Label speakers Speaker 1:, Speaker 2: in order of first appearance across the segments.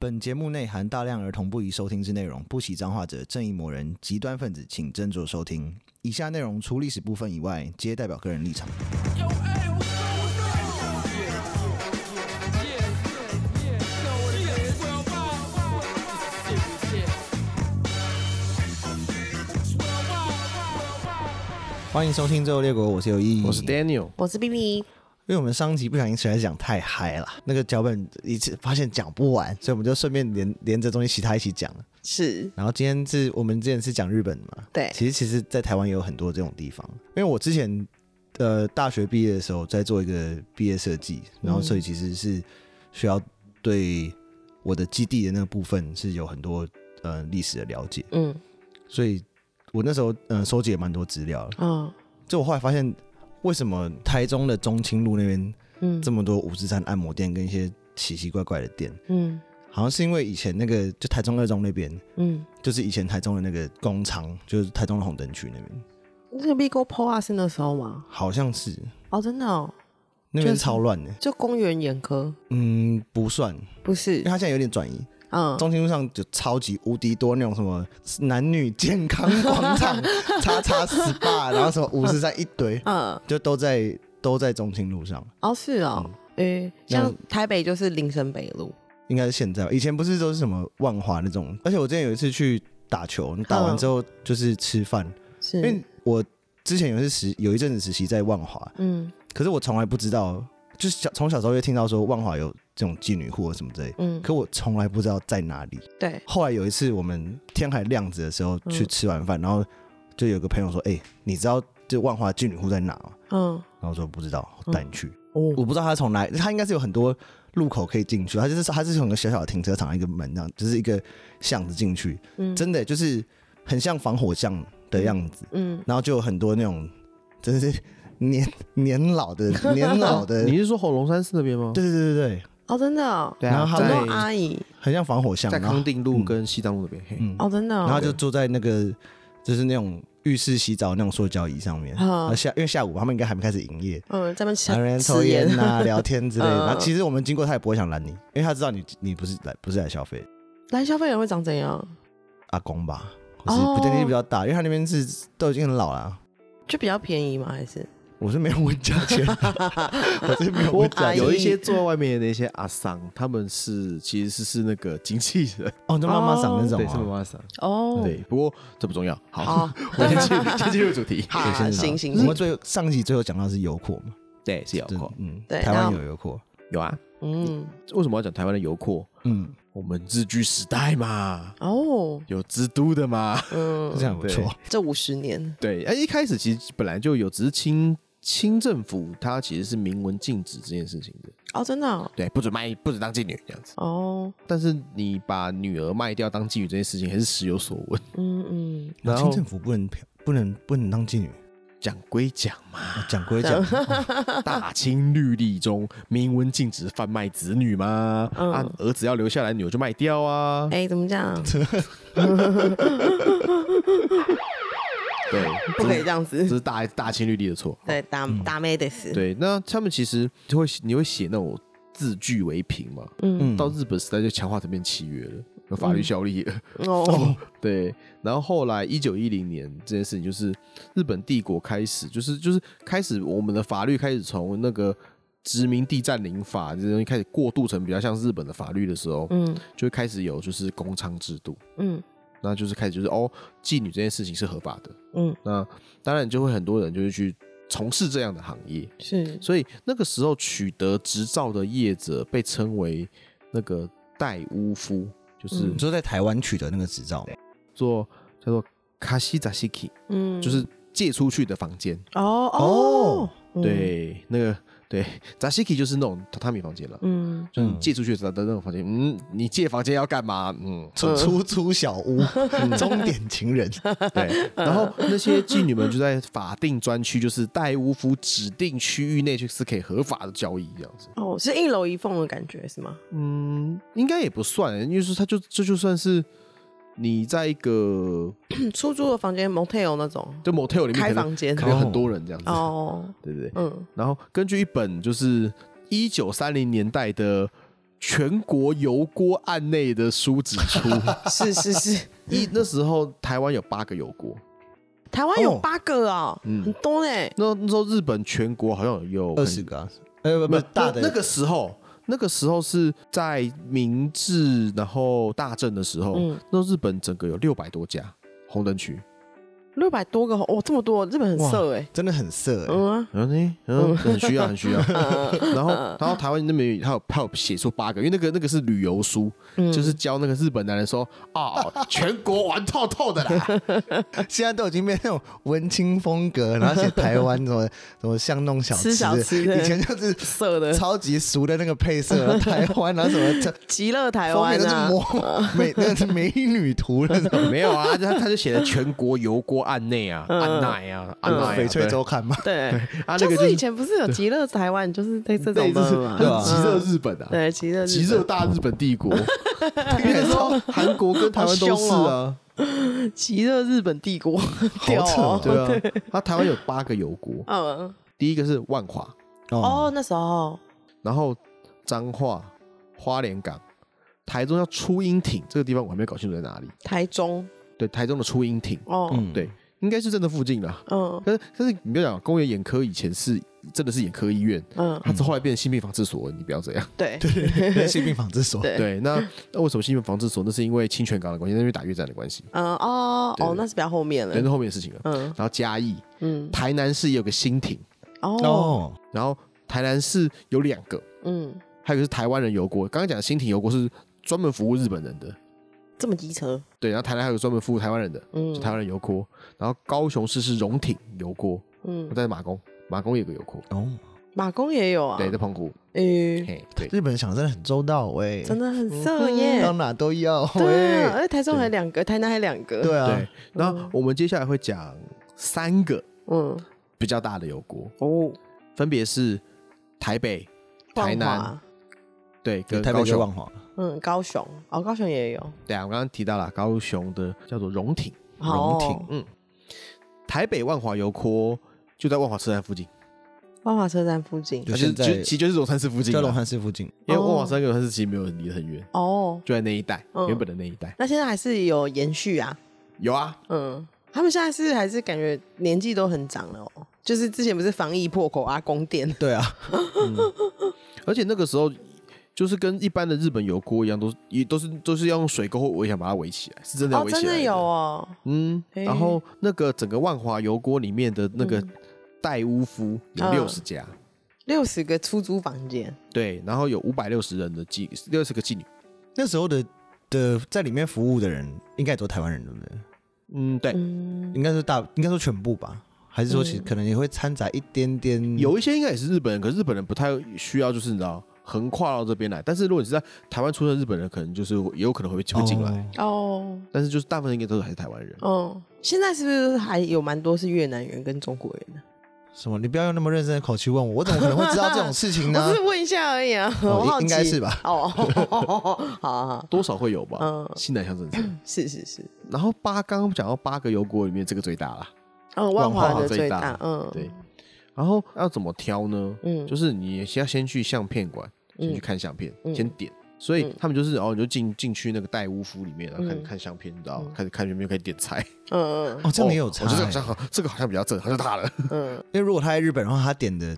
Speaker 1: 本节目内含大量儿童不宜收听之内容，不喜脏话者、正义魔人、极端分子，请斟酌收听。以下内容除历史部分以外，皆代表个人立场。欢迎收听《最后列国》，我是有意，
Speaker 2: 嗯
Speaker 3: 我是 Daniel，
Speaker 2: 我是 B B，
Speaker 1: 因为我们上一集不小心实在讲太嗨了，那个脚本一次发现讲不完，所以我们就顺便连连着东西其他一起讲了。
Speaker 2: 是
Speaker 1: 然后今天是我们之前是讲日本嘛，
Speaker 2: 对
Speaker 1: 其实其实，在台湾也有很多这种地方，因为我之前呃大学毕业的时候在做一个毕业设计，然后所以其实是需要对我的基地的那个部分是有很多呃历史的了解，
Speaker 2: 嗯
Speaker 1: 所以我那时候嗯、呃、收集也蛮多资料的，
Speaker 2: 哦
Speaker 1: 就我后来发现为什么台中的中清路那边
Speaker 2: 嗯
Speaker 1: 这么多五十三按摩店跟一些奇奇怪怪的店，
Speaker 2: 嗯
Speaker 1: 好像是因为以前那个就台中二中那边，
Speaker 2: 嗯，
Speaker 1: 就是以前台中的那个工厂，就是台中的红灯区那边，
Speaker 2: 那个 B Go Po 啊是那时候吗？
Speaker 1: 好像是
Speaker 2: 哦，真的哦，
Speaker 1: 那
Speaker 2: 就
Speaker 1: 边
Speaker 2: 是
Speaker 1: 超乱的。
Speaker 2: 就公园眼科
Speaker 1: 嗯，不算，因
Speaker 2: 不是
Speaker 1: 为它现在有点转移。
Speaker 2: 嗯，
Speaker 1: 中心路上就超级无敌多那种什么男女健康广场、叉叉 SPA，然后什么五十三一堆，
Speaker 2: 嗯
Speaker 1: 就都在都在中清路上。
Speaker 2: 哦是哦，诶，
Speaker 1: 嗯那
Speaker 2: 像台北就是林森北路，
Speaker 1: 应该是现在吧，以前不是都是什么万华那种，而且我之前有一次去打球，打完之后就是吃饭，因
Speaker 2: 是
Speaker 1: 为我之前有一次实有一阵子实习在万华，
Speaker 2: 嗯
Speaker 1: 可是我从来不知道，就是小从小时候就听到说万华有这种妓女或什么之类，
Speaker 2: 嗯
Speaker 1: 可我从来不知道在哪里。
Speaker 2: 对
Speaker 1: 后来有一次我们天还亮着的时
Speaker 2: 嗯
Speaker 1: 候去吃完饭，然后就有个朋友说：“哎、你知道就万华妓女户在哪吗
Speaker 2: 嗯？”
Speaker 1: 然后我说不知道，我带你去。
Speaker 2: 哦
Speaker 1: 我不知道他从哪，他应该是有很多路口可以进去，他就是他是有个小小的停车场，一个门这样，就是一个巷子进去，
Speaker 2: 嗯
Speaker 1: 真的就是很像防火巷的样子，
Speaker 2: 嗯
Speaker 1: 然后就有很多那种真的是年年老 的年老的，
Speaker 3: 哦你
Speaker 1: 对
Speaker 3: 是说火龙山寺那边吗？
Speaker 1: 对对对对，
Speaker 2: 哦真的哦，
Speaker 3: 对
Speaker 1: 然
Speaker 3: 啊，
Speaker 1: 后
Speaker 2: 很多
Speaker 3: 在啊
Speaker 2: 阿姨
Speaker 1: 很像防火巷，
Speaker 3: 在
Speaker 1: 然后
Speaker 3: 康定路跟西藏路那边。嘿
Speaker 1: 嗯，
Speaker 2: 哦真的哦，
Speaker 1: 然后就坐在那个就是那种浴室洗澡那种塑胶椅上面，
Speaker 2: 嗯
Speaker 1: 然后下因为下午嘛他们应该还没开始营业，
Speaker 2: 嗯在那边吃
Speaker 1: 两人抽
Speaker 2: 吃
Speaker 1: 烟
Speaker 2: 烟，
Speaker 1: 呐、聊天之类的。
Speaker 2: 嗯
Speaker 1: 然后其实我们经过他也不会想拦你，因为他知道你你不是来不是来消费
Speaker 2: 来消费人会长怎样？
Speaker 1: 阿公吧，或是
Speaker 2: 哦
Speaker 1: 不年纪比较大，因为他那边是都已经很老了。
Speaker 2: 就比较便宜吗？还是
Speaker 1: 我是没有问价 钱，我是没有
Speaker 3: 我
Speaker 1: 问价
Speaker 2: 阿姨
Speaker 1: 钱。
Speaker 3: 有一些坐在外面的那些阿桑，他们是其实是是那个经纪人，
Speaker 1: 哦，就妈妈嗓那
Speaker 3: 对，是
Speaker 1: 种、啊。
Speaker 3: 阿桑。
Speaker 2: 哦
Speaker 3: 对，不过这不重要。 好，
Speaker 2: 好
Speaker 3: 我先进先进入 主题。
Speaker 2: 好啊
Speaker 1: 对
Speaker 2: 行行
Speaker 1: 啊嗯我
Speaker 2: 行
Speaker 1: 们最后上一集最后讲到的是油货嘛，
Speaker 3: 对，是有
Speaker 1: 就
Speaker 3: 阔，
Speaker 1: 嗯，
Speaker 2: 对
Speaker 1: 台湾
Speaker 2: 然后
Speaker 1: 有油货，
Speaker 3: 有啊。
Speaker 2: 嗯
Speaker 3: 为什么要讲台湾的油阔？
Speaker 1: 嗯，
Speaker 3: 我们日据时代嘛，
Speaker 2: 哦
Speaker 3: 有之都的嘛。
Speaker 2: 嗯
Speaker 1: 这样不错。
Speaker 2: 这五十年
Speaker 3: 对，哎，一开始其实本来就有，只是清清政府它其实是明文禁止这件事情的。
Speaker 2: 哦真的哦
Speaker 3: 对，不准卖，不准当妓女这样子。
Speaker 2: 哦
Speaker 3: 但是你把女儿卖掉当妓女这件事情，还是时有所闻。
Speaker 2: 嗯嗯，
Speaker 3: 然后
Speaker 1: 清政府不能嫖不能不能当妓女，
Speaker 3: 讲归讲嘛，
Speaker 1: 啊讲归讲，
Speaker 3: 大清律例中明文禁止贩卖子女嘛，
Speaker 2: 嗯
Speaker 3: 啊，儿子要留下来，女儿就卖掉啊。
Speaker 2: 哎、怎么讲？
Speaker 3: 对，
Speaker 2: 不可以这样
Speaker 3: 这
Speaker 2: 子。
Speaker 3: 是大大清律例的错。
Speaker 2: 对，打打妹的事。
Speaker 3: 对，那他们其实就会你会写那种字据为凭嘛，
Speaker 2: 嗯，
Speaker 1: 嗯，
Speaker 3: 到日本时代就强化成变契约了，有法律效力了。
Speaker 2: 哦，
Speaker 3: 对，然后后来一九一零年这件事情，就是日本帝国开始，就是就是开始我们的法律开始从那个殖民地占领法这些东西开始过渡成比较像日本的法律的时候，
Speaker 2: 嗯
Speaker 3: 就会开始有就是工娼制度，
Speaker 2: 嗯
Speaker 3: 那就是开始就是哦，妓女这件事情是合法的，
Speaker 2: 嗯，
Speaker 3: 那当然就会很多人就是去从事这样的行业，
Speaker 2: 是，
Speaker 3: 所以那个时候取得执照的业者被称为那个代屋夫，就是
Speaker 1: 你说在台湾取得那个执照，
Speaker 3: 做叫做卡西扎西基。
Speaker 2: 嗯，
Speaker 3: 就是借出去的房间。
Speaker 2: 哦
Speaker 1: 哦
Speaker 2: 哦，嗯，
Speaker 3: 对，那个对 扎西 i 就是那种榻榻米房间了，
Speaker 2: 嗯
Speaker 3: 就是你借出去的的那种房间。嗯，你借房间要干嘛？嗯，
Speaker 1: 出出出小屋，终点情人，
Speaker 3: 对。
Speaker 2: 嗯
Speaker 3: 然后那些妓女们就在法定专区，就是代屋夫指定区域内去是可以合法的交易这样子。
Speaker 2: 哦，是一楼一凤的感觉是吗？
Speaker 3: 嗯，应该也不算，因为说它就这就算是你在一个
Speaker 2: 嗯出租的房间 motel 那种
Speaker 3: 就 motel 里面
Speaker 2: 开
Speaker 3: 可能
Speaker 2: 房间
Speaker 3: 可能有很多人这样子，
Speaker 2: 哦，
Speaker 3: 对不对？
Speaker 2: 嗯
Speaker 3: 然后根据一本就是一九三零年代的全国油锅案内的书指 出，
Speaker 2: 是是是，
Speaker 3: 一那时候台湾有八个油锅，
Speaker 2: 台湾有
Speaker 1: 哦
Speaker 2: 八个啊，
Speaker 3: 嗯
Speaker 2: 很多呢。
Speaker 3: 那那时候日本全国好像有
Speaker 1: 二十，个啊，呃，不不
Speaker 3: 没有
Speaker 1: 大的
Speaker 3: 那那个时候。那个时候是在明治，然后大正的时候，
Speaker 2: 嗯
Speaker 3: 那时候日本整个有六百多家红灯区。
Speaker 2: 六百多个哦，这么多，日本很色哎、
Speaker 1: 真的很色欸，
Speaker 2: 嗯啊，
Speaker 3: 嗯，诶嗯，很需要，很需要。
Speaker 2: 嗯
Speaker 3: 然后，然后台湾那边有还有还有写出八个，因为那个那个是旅游书，
Speaker 2: 嗯
Speaker 3: 就是教那个日本男人说啊、 全国玩透透的啦。
Speaker 1: 现在都已经变那种文青风格，然后写台湾什么什么巷弄小
Speaker 2: 吃小吃的
Speaker 1: 以前就是
Speaker 2: 色的，
Speaker 1: 超级俗的那个配色，然后台湾然后什么这
Speaker 2: 极乐台
Speaker 1: 封
Speaker 2: 湾
Speaker 1: 面都是
Speaker 2: 啊，
Speaker 1: 魔 美那是美女图 那种，
Speaker 3: 没有啊，他他就写的全国油锅案内啊，
Speaker 2: 嗯
Speaker 3: 案内啊，案内啊，
Speaker 1: 翡翠
Speaker 3: 对
Speaker 1: 周 刊嘛，
Speaker 2: 对，
Speaker 3: 啊，那
Speaker 2: 就
Speaker 3: 个
Speaker 2: 是以
Speaker 3: 就是
Speaker 2: 前不是有极乐台湾，就是类似这种
Speaker 3: 类
Speaker 2: 的
Speaker 3: 似
Speaker 2: 嘛，
Speaker 1: 对啊
Speaker 3: 它是极热日本啊，
Speaker 2: 对极乐日
Speaker 3: 极热大日本 帝国，因为那 时候韩国跟台湾都是
Speaker 2: 好凶哦
Speaker 3: 啊，
Speaker 2: 本极热日本帝国，
Speaker 1: 好
Speaker 2: 屌
Speaker 1: 扯
Speaker 2: 哦
Speaker 1: 哦，
Speaker 3: 对啊，他台湾有八个油锅，
Speaker 2: 嗯，
Speaker 3: 第一个是万华，
Speaker 2: 哦，那时候
Speaker 3: 然后彰化、花莲港、台中叫出英町这个地方，我还没搞清楚在哪里。
Speaker 2: 台中
Speaker 3: 对，台中的出英町，
Speaker 2: 哦，
Speaker 1: 嗯，
Speaker 3: 对，应该是真的附近啦。
Speaker 2: 嗯
Speaker 3: 但是但是你不要讲，公园眼科以前是真的是眼科医院，
Speaker 2: 嗯，
Speaker 3: 它后来变成性病防治所了，你不要这样。
Speaker 2: 对
Speaker 1: 对，性病防治所，
Speaker 2: 对，
Speaker 3: 对，那那为什么性病防治所？那是因为清泉港的关系，那是因为打越战的关系，
Speaker 2: 嗯哦
Speaker 3: 对
Speaker 2: 哦，那是比较后面了
Speaker 3: 那，是后面的事情了。
Speaker 2: 嗯
Speaker 3: 然后嘉义、
Speaker 2: 嗯
Speaker 3: 台南市也有个新町，
Speaker 2: 哦
Speaker 1: 哦，
Speaker 3: 然后台南市有两个，
Speaker 2: 嗯，
Speaker 3: 还有一个是台湾人油锅。刚刚讲的新町油锅是专门服务日本人的，
Speaker 2: 这么机车，
Speaker 3: 对，然后台南还有专门服务台湾人的，
Speaker 2: 嗯
Speaker 3: 是台湾人油锅。然后高雄市是荣挺油锅，
Speaker 2: 嗯，
Speaker 3: 在马公，马公也有个油锅，
Speaker 1: 哦，
Speaker 2: 马公也有啊，
Speaker 3: 对，在澎湖，
Speaker 2: 诶，
Speaker 3: 嘿，对，
Speaker 1: 日本人想得真的很周到喂，
Speaker 2: 真
Speaker 1: 的
Speaker 2: 的很
Speaker 1: 嗯
Speaker 2: 色耶，
Speaker 1: 到哪都要
Speaker 2: 对
Speaker 1: 喂，
Speaker 2: 啊，而且台中还两个，台南还两个，
Speaker 1: 嗯对啊
Speaker 3: 对，。那我们接下来会讲三个
Speaker 2: 嗯
Speaker 3: 比较大的油锅，
Speaker 2: 哦，
Speaker 3: 分别是台北、台
Speaker 2: 万
Speaker 3: 南，
Speaker 2: 华
Speaker 3: 对，跟
Speaker 1: 台北
Speaker 3: 高
Speaker 1: 就
Speaker 3: 雄
Speaker 1: 万。华，
Speaker 2: 嗯，高雄哦，高雄也有，
Speaker 3: 对啊，我刚刚提到了高雄的叫做荣挺，
Speaker 2: 哦
Speaker 3: 荣挺，嗯，台北万华油锅就在万华车站附近，
Speaker 2: 万华车站附近
Speaker 1: 就
Speaker 3: 它
Speaker 1: 现
Speaker 3: 就
Speaker 1: 在
Speaker 3: 其实就是龙山寺附近
Speaker 1: 在
Speaker 3: 啦，
Speaker 1: 龙山哦寺附近，啊
Speaker 3: 因为万华车站跟龙山寺其实没有离得很远，
Speaker 2: 哦，
Speaker 3: 就在那一带，
Speaker 2: 嗯
Speaker 3: 原本的那一带
Speaker 2: 那现在还是有延续啊，
Speaker 3: 有啊，
Speaker 2: 嗯，他们现在是还是感觉年纪都很长了哦，就是之前不是防疫破口阿公店，
Speaker 1: 对啊，
Speaker 3: 而且那个时候就是跟一般的日本油锅一样，都是也都是都是要用水沟或围墙把它围起来，是真的要
Speaker 2: 哦，
Speaker 3: 围起来、
Speaker 2: 真的有哦，
Speaker 3: 嗯，
Speaker 2: 诶
Speaker 3: 然后那个整个万华油锅里面的那个代屋夫有
Speaker 2: 嗯
Speaker 3: 六十家，
Speaker 2: 六十个出租房间，
Speaker 3: 对，然后有五百六十人的妓，六十个妓女，
Speaker 1: 那时候的的在里面服务的人应该也都台湾人对不对？
Speaker 3: 嗯，对，
Speaker 2: 嗯，
Speaker 1: 应该是大，应该说全部吧，还是说其实
Speaker 2: 嗯
Speaker 1: 可能也会掺杂一点点
Speaker 3: 有一些应该也是日本人，可是日本人不太需要，就是你知道横跨到这边来，但是如果你是在台湾出生的日本人，可能就是也有可能会会进来，
Speaker 1: 哦
Speaker 2: 哦，
Speaker 3: 但是就是大部分应该都是还是台湾人。
Speaker 2: 嗯，现在是不是还有蛮多是越南人跟中国人呢？
Speaker 1: 什么？你不要用那么认真的口气问我，我怎么可能会知道这种事情呢
Speaker 2: 我？是问一下而已啊，
Speaker 1: 哦
Speaker 2: 我好奇，
Speaker 1: 应该是吧？
Speaker 2: 哦，好好好，
Speaker 3: 多少会有吧，
Speaker 2: 嗯
Speaker 3: 西南乡镇城。
Speaker 2: 是是是，
Speaker 3: 然后八刚刚讲到八个油锅里面，这个最大啦。
Speaker 2: 嗯，
Speaker 3: 万
Speaker 2: 万华
Speaker 3: 华
Speaker 2: 的
Speaker 3: 最
Speaker 2: 最
Speaker 3: 大
Speaker 2: 大，嗯，
Speaker 3: 对，然后要怎么挑呢？
Speaker 2: 嗯
Speaker 3: 就是你先要先去相片馆，先去看相片，
Speaker 2: 嗯
Speaker 3: 先点。所以
Speaker 2: 嗯
Speaker 3: 他们就是哦，你就进进去那个代屋夫里面，然后看
Speaker 2: 嗯
Speaker 3: 看相片，你知道
Speaker 2: 嗯，
Speaker 3: 开始看有没有可以点菜。
Speaker 2: 嗯
Speaker 1: 哦，这样也有
Speaker 3: 哦
Speaker 1: 差、
Speaker 3: 我觉
Speaker 1: 欸
Speaker 3: 得这个好像好，这个好像比较正，好像他了。
Speaker 2: 嗯嗯
Speaker 1: 因为如果他在日本的话，他点的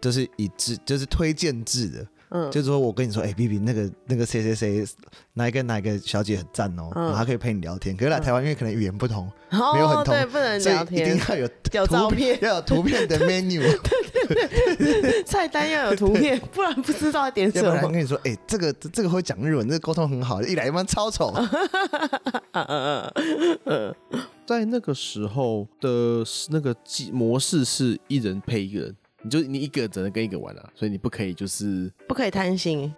Speaker 1: 就是以制，就是推荐制的，
Speaker 2: 嗯，
Speaker 1: 就是说我跟你说，哎、b B 那个那个谁谁谁哪一个哪一个小姐很赞哦，
Speaker 2: 嗯
Speaker 1: 然后她可以陪你聊天。可是来台湾，因为可能语言不同，
Speaker 2: 没
Speaker 1: 没有很通
Speaker 2: 哦对，不能
Speaker 1: 所以
Speaker 2: 聊
Speaker 1: 一定
Speaker 2: 天，
Speaker 1: 要嗯有
Speaker 2: 有
Speaker 1: 图
Speaker 2: 照片
Speaker 1: 要有图片的 menu，
Speaker 2: 菜单要有图片，不然不知道点什
Speaker 1: 要不然
Speaker 2: 么。
Speaker 1: 跟你说，哎、这个这个会讲日文，这个沟通很好，一来一般超 丑。
Speaker 2: 嗯嗯嗯
Speaker 3: 在那个时候的那个机模式是一人配一个人，你就你一个人只能跟一个玩啊，所以你不可以就是
Speaker 2: 不可以贪心，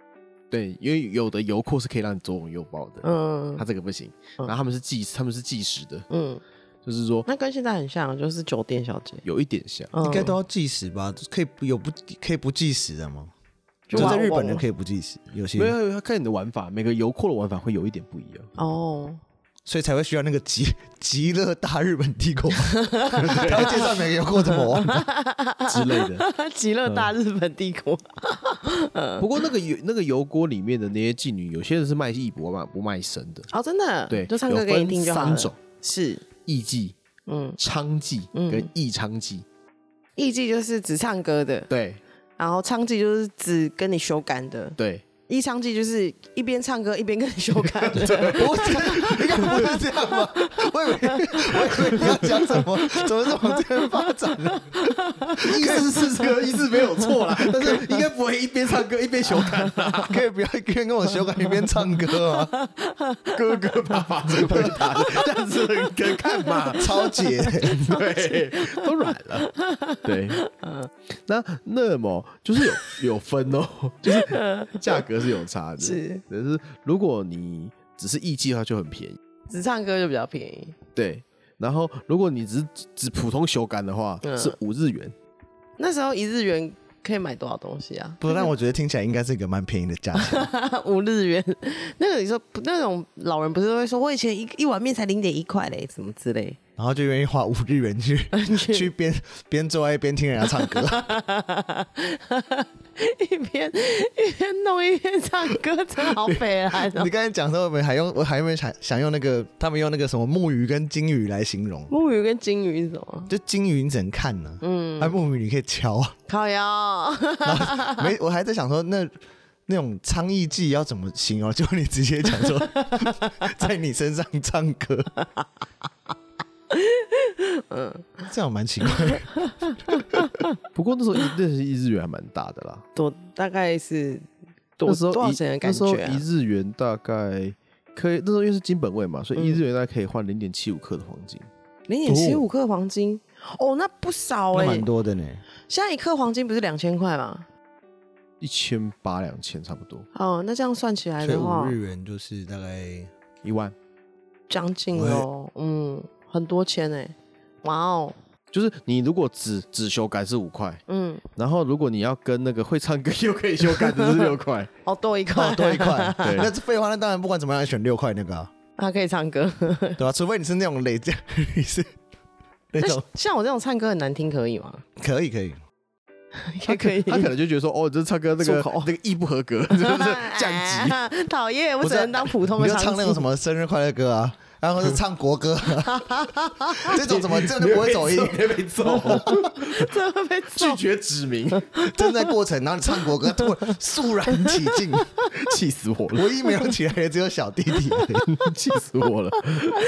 Speaker 3: 对，因为有的油库是可以让你左拥右抱的，
Speaker 2: 嗯
Speaker 3: 他这个不行。
Speaker 2: 嗯
Speaker 3: 然后他们是计他们是计时的，
Speaker 2: 嗯，
Speaker 3: 就是说
Speaker 2: 那跟现在很像，就是酒店小姐，
Speaker 3: 有一点像，
Speaker 2: 嗯
Speaker 1: 应该都要计时吧？可以不有不可以不计时的吗？
Speaker 2: 就
Speaker 1: 就
Speaker 2: 玩
Speaker 1: 在日本
Speaker 2: 忘了
Speaker 1: 人可以不计时，有些
Speaker 3: 没有要看你的玩法，每个油库的玩法会有一点不一样。
Speaker 2: 哦，
Speaker 1: 所以才会需要那个极 极乐大日本帝国，他会介绍每个游客怎么玩。
Speaker 2: 啊
Speaker 3: 之类的。
Speaker 2: 极乐
Speaker 1: 嗯
Speaker 2: 大日本帝国，啊
Speaker 3: 不过那个油那个油锅里面的那些妓女，有些人是卖艺博嘛，不卖身的。
Speaker 2: 哦，真的，
Speaker 3: 对，
Speaker 2: 就唱
Speaker 3: 有
Speaker 2: 歌给你
Speaker 3: 分
Speaker 2: 听就好
Speaker 3: 三种
Speaker 2: 了。，是，
Speaker 3: 艺妓、
Speaker 2: 嗯，
Speaker 3: 娼妓
Speaker 2: 嗯
Speaker 3: 跟艺娼妓。
Speaker 2: 艺妓就是只唱歌的，
Speaker 3: 对
Speaker 2: 然后娼妓就是只跟你修改的，
Speaker 3: 对，
Speaker 2: 一娼妓就是一边唱歌一边跟你修改 的。
Speaker 1: 不是，应该不是这样吧？ 我以为我以为你要讲什么，怎么是往这边发展啊呢？
Speaker 3: 意思是这个意思没有错啦，但是应该不会一边唱歌一边修改。
Speaker 1: 可以不要一边跟我修改一边唱歌啊吗？
Speaker 3: 哥哥爸爸这个回答这样子很尴尬嘛？
Speaker 1: 超姐，
Speaker 3: 对，都软了。 对，
Speaker 2: 嗯
Speaker 3: 那那么就是有有分哦，就是价格是有差的。
Speaker 2: 是，
Speaker 3: 可是如果你只是艺妓的话，就很便宜。
Speaker 2: 只唱歌就比较便宜，
Speaker 3: 对，然后如果你只是只普通修改的话，
Speaker 2: 嗯
Speaker 3: 是五日元。
Speaker 2: 那时候一日元可以买多少东西啊？
Speaker 1: 不，但我觉得听起来应该是一个蛮便宜的价钱。
Speaker 2: 五日元，那个你说那种老人不是都会说，我以前一一碗面才零点一块嘞，什么之类。
Speaker 1: 然后就愿意花五日元去去边边做爱边听人家唱歌，
Speaker 2: 一边一边弄一边唱歌，真的好北蓝哦
Speaker 1: 你！刚才讲说我们还用我还有没有想想用那个他们用那个什么木鱼跟金鱼来形容？
Speaker 2: 木鱼跟金鱼是什么？
Speaker 1: 就金鱼你只能看呢、
Speaker 2: 嗯，
Speaker 1: 啊，木鱼你可以敲 啊。
Speaker 2: 烤腰，
Speaker 1: 然后没，我还在想说那那种苍蝇技要怎么形容？就你直接讲说 在你身上唱歌，嗯，这样蛮奇怪的。
Speaker 3: 不过那时候一那时候一日元还蛮大的啦，
Speaker 2: 多大概是多
Speaker 3: 那时候
Speaker 2: 多少
Speaker 3: 一
Speaker 2: 钱的
Speaker 3: 那
Speaker 2: 感
Speaker 3: 时候
Speaker 2: 觉啊
Speaker 3: 一日元大概可以，那时候因为是金本位嘛，所以一
Speaker 2: 嗯
Speaker 3: 日元大概可以换零点七五克的黄金。
Speaker 2: 零点七五克黄金，哦，那不少
Speaker 1: 那
Speaker 2: 哎、
Speaker 1: 蛮多的呢。
Speaker 2: 现在一克黄金不是两千块吗？
Speaker 3: 一千八两千差不多，
Speaker 2: 哦，那这样算起来的话，
Speaker 1: 元就是大概
Speaker 3: 一万
Speaker 2: 将近
Speaker 1: 喂
Speaker 2: 哦，嗯，很多钱哎、哇哦，
Speaker 3: 就是你如果只只修改是五块，
Speaker 2: 嗯，
Speaker 3: 然后如果你要跟那个会唱歌又可以修改的是六块，
Speaker 2: 哦，多一块，
Speaker 1: 哦多一块，
Speaker 3: 对
Speaker 1: 那这废话，那当然不管怎么样选六块那个、啊，
Speaker 2: 他可以唱歌。
Speaker 1: 对吧、除非你是那种累加， 你是 那种
Speaker 2: 像我这种唱歌很难听，可以吗？
Speaker 1: 可以可以，
Speaker 2: 也 可以，
Speaker 3: 他可能就觉得说，哦，你这唱歌那个
Speaker 2: 漱口
Speaker 3: 那个艺不合格， 就是降级。
Speaker 2: 级，哎讨厌，我
Speaker 1: 不
Speaker 2: 只
Speaker 1: 是
Speaker 2: 能当普通
Speaker 1: 你
Speaker 2: 的
Speaker 1: 就
Speaker 2: 娼
Speaker 1: 唱那种什
Speaker 2: 么，
Speaker 1: 么生日快乐歌啊，然后是唱国歌、啊这种怎么这样就不会 走音？
Speaker 3: 被揍，
Speaker 2: 这会 被
Speaker 3: 拒
Speaker 2: 揍。
Speaker 3: 绝指名，
Speaker 1: 正在过程，然后你唱国 歌，突然肃然起敬。
Speaker 3: 气死我了，
Speaker 1: 唯一没有起来的只有小弟弟而已。
Speaker 3: 气死我 了。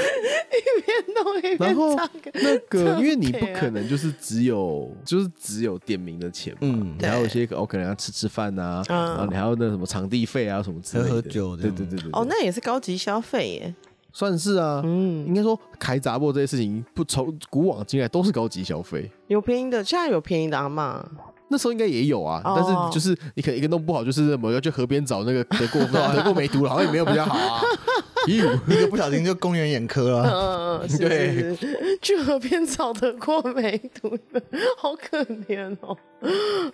Speaker 2: 一边弄一边
Speaker 3: 然后
Speaker 2: 唱歌，
Speaker 3: 那个，因为你
Speaker 2: 特
Speaker 3: 不
Speaker 2: 别啊
Speaker 3: 可能就是只有就是只有点名的钱嘛，
Speaker 1: 嗯
Speaker 3: 你还有一些哦，可能要吃吃饭呐，
Speaker 2: 嗯
Speaker 3: 然后你还有那什么场地费啊什么之类的，
Speaker 1: 喝喝酒这
Speaker 3: 对
Speaker 1: 样
Speaker 3: 对对对，对
Speaker 2: 哦，那也是高级消费耶。
Speaker 3: 算是啊，
Speaker 2: 嗯
Speaker 3: 应该说开杂货这些事情，不从古往今来都是高级消费。
Speaker 2: 有便宜的，现在有便宜的阿妈，
Speaker 3: 那时候应该也有啊，
Speaker 2: 哦
Speaker 3: 但是就是你可能一个弄不好，就是什么要去河边找那个得过 得过梅毒了，好像也没有比较好啊。咦，
Speaker 1: 一个不小心就公园眼科 了。
Speaker 2: 嗯，嗯是是是， 去河边找得过梅毒的，好可怜哦。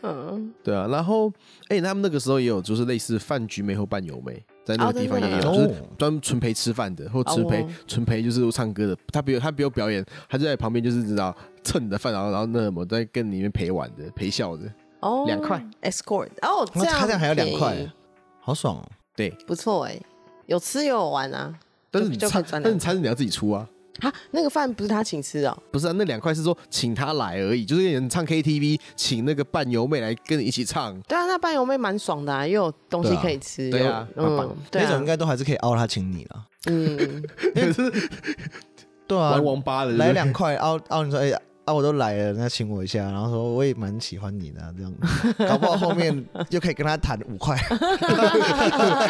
Speaker 2: 嗯，
Speaker 3: 对啊，然后哎、他们那个时候也有就是类似饭局妹或伴游妹，在那
Speaker 2: 哦
Speaker 3: 个地方
Speaker 2: 真
Speaker 3: 也
Speaker 2: 的
Speaker 3: 有，
Speaker 1: 哦
Speaker 3: 就是专门纯陪吃饭的，或纯陪、
Speaker 2: 哦
Speaker 3: 纯陪就是唱歌的。他不有他不有表演，他就在旁边就是知道蹭你的饭，然后然后那什么在跟你里面陪玩的陪笑的。
Speaker 2: 哦，
Speaker 3: 两块
Speaker 2: escort，哦，这
Speaker 1: 那
Speaker 2: 样
Speaker 1: 他这样还要
Speaker 2: 便
Speaker 1: 两
Speaker 2: 宜
Speaker 1: 块，，好爽哦！
Speaker 3: 对，
Speaker 2: 不错哎，有吃有玩啊。
Speaker 3: 但是你
Speaker 2: 就就可以赚
Speaker 3: 餐
Speaker 2: 两
Speaker 3: 但是你餐是你要自己出啊。
Speaker 2: 啊，那个饭不是他请吃的哦，
Speaker 3: 不是啊，那两块是说请他来而已，就是有人唱 KTV，请那个伴游妹来跟你一起 唱。
Speaker 2: 对啊，那伴游妹蛮爽的、啊，又有东西
Speaker 1: 对啊
Speaker 2: 可以吃，
Speaker 3: 对啊
Speaker 2: 有
Speaker 3: 蛮棒
Speaker 2: 嗯，对
Speaker 1: 那种
Speaker 2: 啊
Speaker 1: 应，该都还是可以凹他请你了。
Speaker 2: 嗯，
Speaker 1: 对啊
Speaker 3: 玩，王八的，
Speaker 1: 来两块凹凹，你说哎啊我都来了，那请我一下，然后说我也蛮喜欢你的啊，这 样搞不好后面又可以跟他谈五块，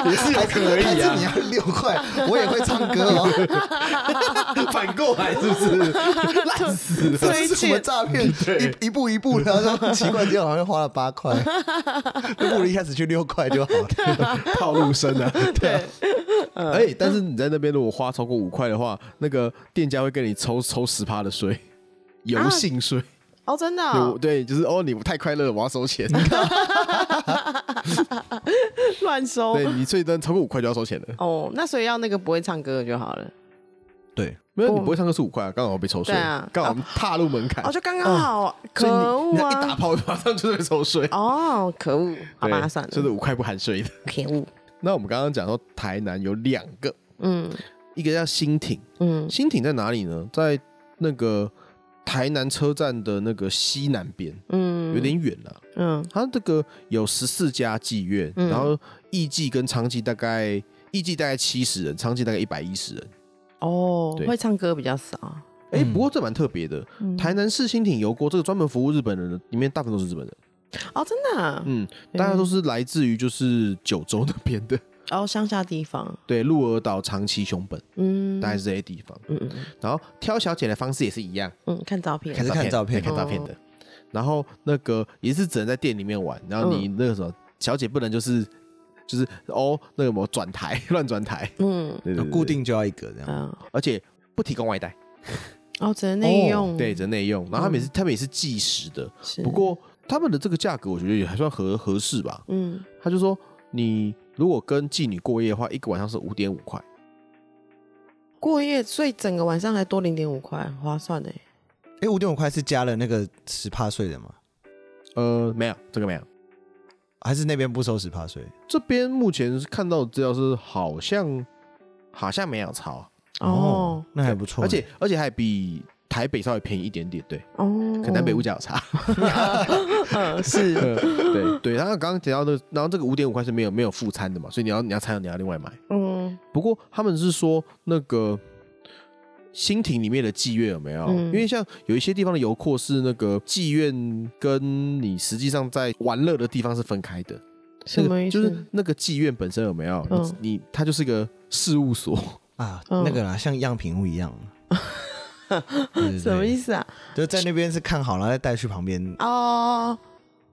Speaker 3: 也是有可
Speaker 1: 但
Speaker 3: 以
Speaker 1: 是你
Speaker 3: 啊。
Speaker 1: 要六块，我也会唱歌哦，
Speaker 3: 反过来是不 是？烂死了！
Speaker 1: 这是什么诈骗？一一步一步的，然后说奇怪，结果好像花了八 块，那不如一开始去六块就好了。
Speaker 3: 套路深啊！ 对啊，哎、但是你在那边如果花超过五块的话，那个店家会跟你抽抽十趴的税，油性税。
Speaker 2: 哦，真的、
Speaker 3: 有
Speaker 2: 哦，
Speaker 3: 对，就是哦，你太快乐了，我要收钱。
Speaker 2: 乱收
Speaker 3: 对你最多超过五块就要收钱了。
Speaker 2: 哦哦，那所以要那个不会唱歌的就好了，
Speaker 1: 对，
Speaker 3: 没有，你不会上课是五块啊，刚好被抽税
Speaker 2: 对啊，
Speaker 3: 刚好踏入门槛
Speaker 2: 哦，，就刚刚好，可
Speaker 3: 哎所以你
Speaker 2: 恶
Speaker 3: 你一打
Speaker 2: 啊！
Speaker 3: 炮马上就被抽税，
Speaker 2: 哦，可恶，好吧，
Speaker 3: 对
Speaker 2: 算了，
Speaker 3: 就是五块不含税的。
Speaker 2: 可恶，
Speaker 3: 那我们刚刚讲到台南有两个，
Speaker 2: 嗯
Speaker 3: 一个叫新町，
Speaker 2: 嗯
Speaker 3: 新町在哪里呢？在那个台南车站的那个西南边，
Speaker 2: 嗯，
Speaker 3: 有点远了、
Speaker 2: 嗯
Speaker 3: 它这个有十四家妓院，
Speaker 2: 嗯
Speaker 3: 然后艺妓跟娼妓大概艺妓大概七十人，娼妓大概一百一十人。
Speaker 2: 哦，
Speaker 3: 对
Speaker 2: 会唱歌比较少，啊
Speaker 3: 哎、
Speaker 1: 嗯
Speaker 3: 不过这蛮特别的，
Speaker 2: 嗯
Speaker 3: 台南市新町油锅这个专门服务日本人的，里面大部分都是日本人，
Speaker 2: 哦，真的啊，
Speaker 3: 嗯，大家都是来自于就是九州那边的，
Speaker 2: 哦，乡下地方，
Speaker 3: 对，鹿儿岛、长崎、熊本，
Speaker 2: 嗯，
Speaker 3: 大概是这些地方。
Speaker 2: 嗯嗯
Speaker 3: 然后挑小姐的方式也是一样，
Speaker 2: 嗯，看照片
Speaker 1: 还，是看照片
Speaker 3: 对看照片的。然后那个也是只能在店里面玩，然后你那个什么小姐不能就是就是哦那个什么转台 乱转台，
Speaker 2: 嗯
Speaker 3: 对对对
Speaker 1: 固定就要一个这样。
Speaker 2: 嗯，
Speaker 3: 而且不提供外带，
Speaker 2: 哦，只能内用，
Speaker 3: 对，只能内用。然后他们也是、他们也是计时的，
Speaker 2: 是，
Speaker 3: 不过他们的这个价格我觉得也还算合合适吧。
Speaker 2: 嗯，
Speaker 3: 他就说你如果跟妓女过夜的话，一个晚上是五点五块，
Speaker 2: 过夜，所以整个晚上还多零点五块，很划算欸呢。
Speaker 1: 哎，五点五块是加了那个十帕税的吗？
Speaker 3: 呃，没有这个没有。
Speaker 1: 还是那边不收十帕税？
Speaker 3: 这边目前看到的资料是好像好像没有超，
Speaker 2: 哦，
Speaker 1: 那还不错。
Speaker 3: 而且而且还比台北稍微便宜一点点，对，
Speaker 2: 哦，
Speaker 3: 可能南北物价有差。
Speaker 2: 嗯 是，
Speaker 3: 对对，然后刚刚提到的，然后这个五点五块是没有没有附餐的嘛，所以你要你要餐你要另外买。
Speaker 2: 嗯
Speaker 3: 不过他们是说那个新亭里面的妓院有没有？
Speaker 2: 嗯
Speaker 3: 因为像有一些地方的游廓是那个妓院跟你实际上在玩乐的地方是分开的。
Speaker 2: 什么意思
Speaker 3: 就是那个妓院本身有没有？
Speaker 2: 嗯
Speaker 3: 你你它就是个事务所，
Speaker 1: 啊，
Speaker 2: 嗯
Speaker 1: 那个啦，像样品屋一样。
Speaker 2: 什么意
Speaker 1: 思？
Speaker 2: 思啊？
Speaker 1: 就在那边是看好了，再带去旁边，
Speaker 2: 哦，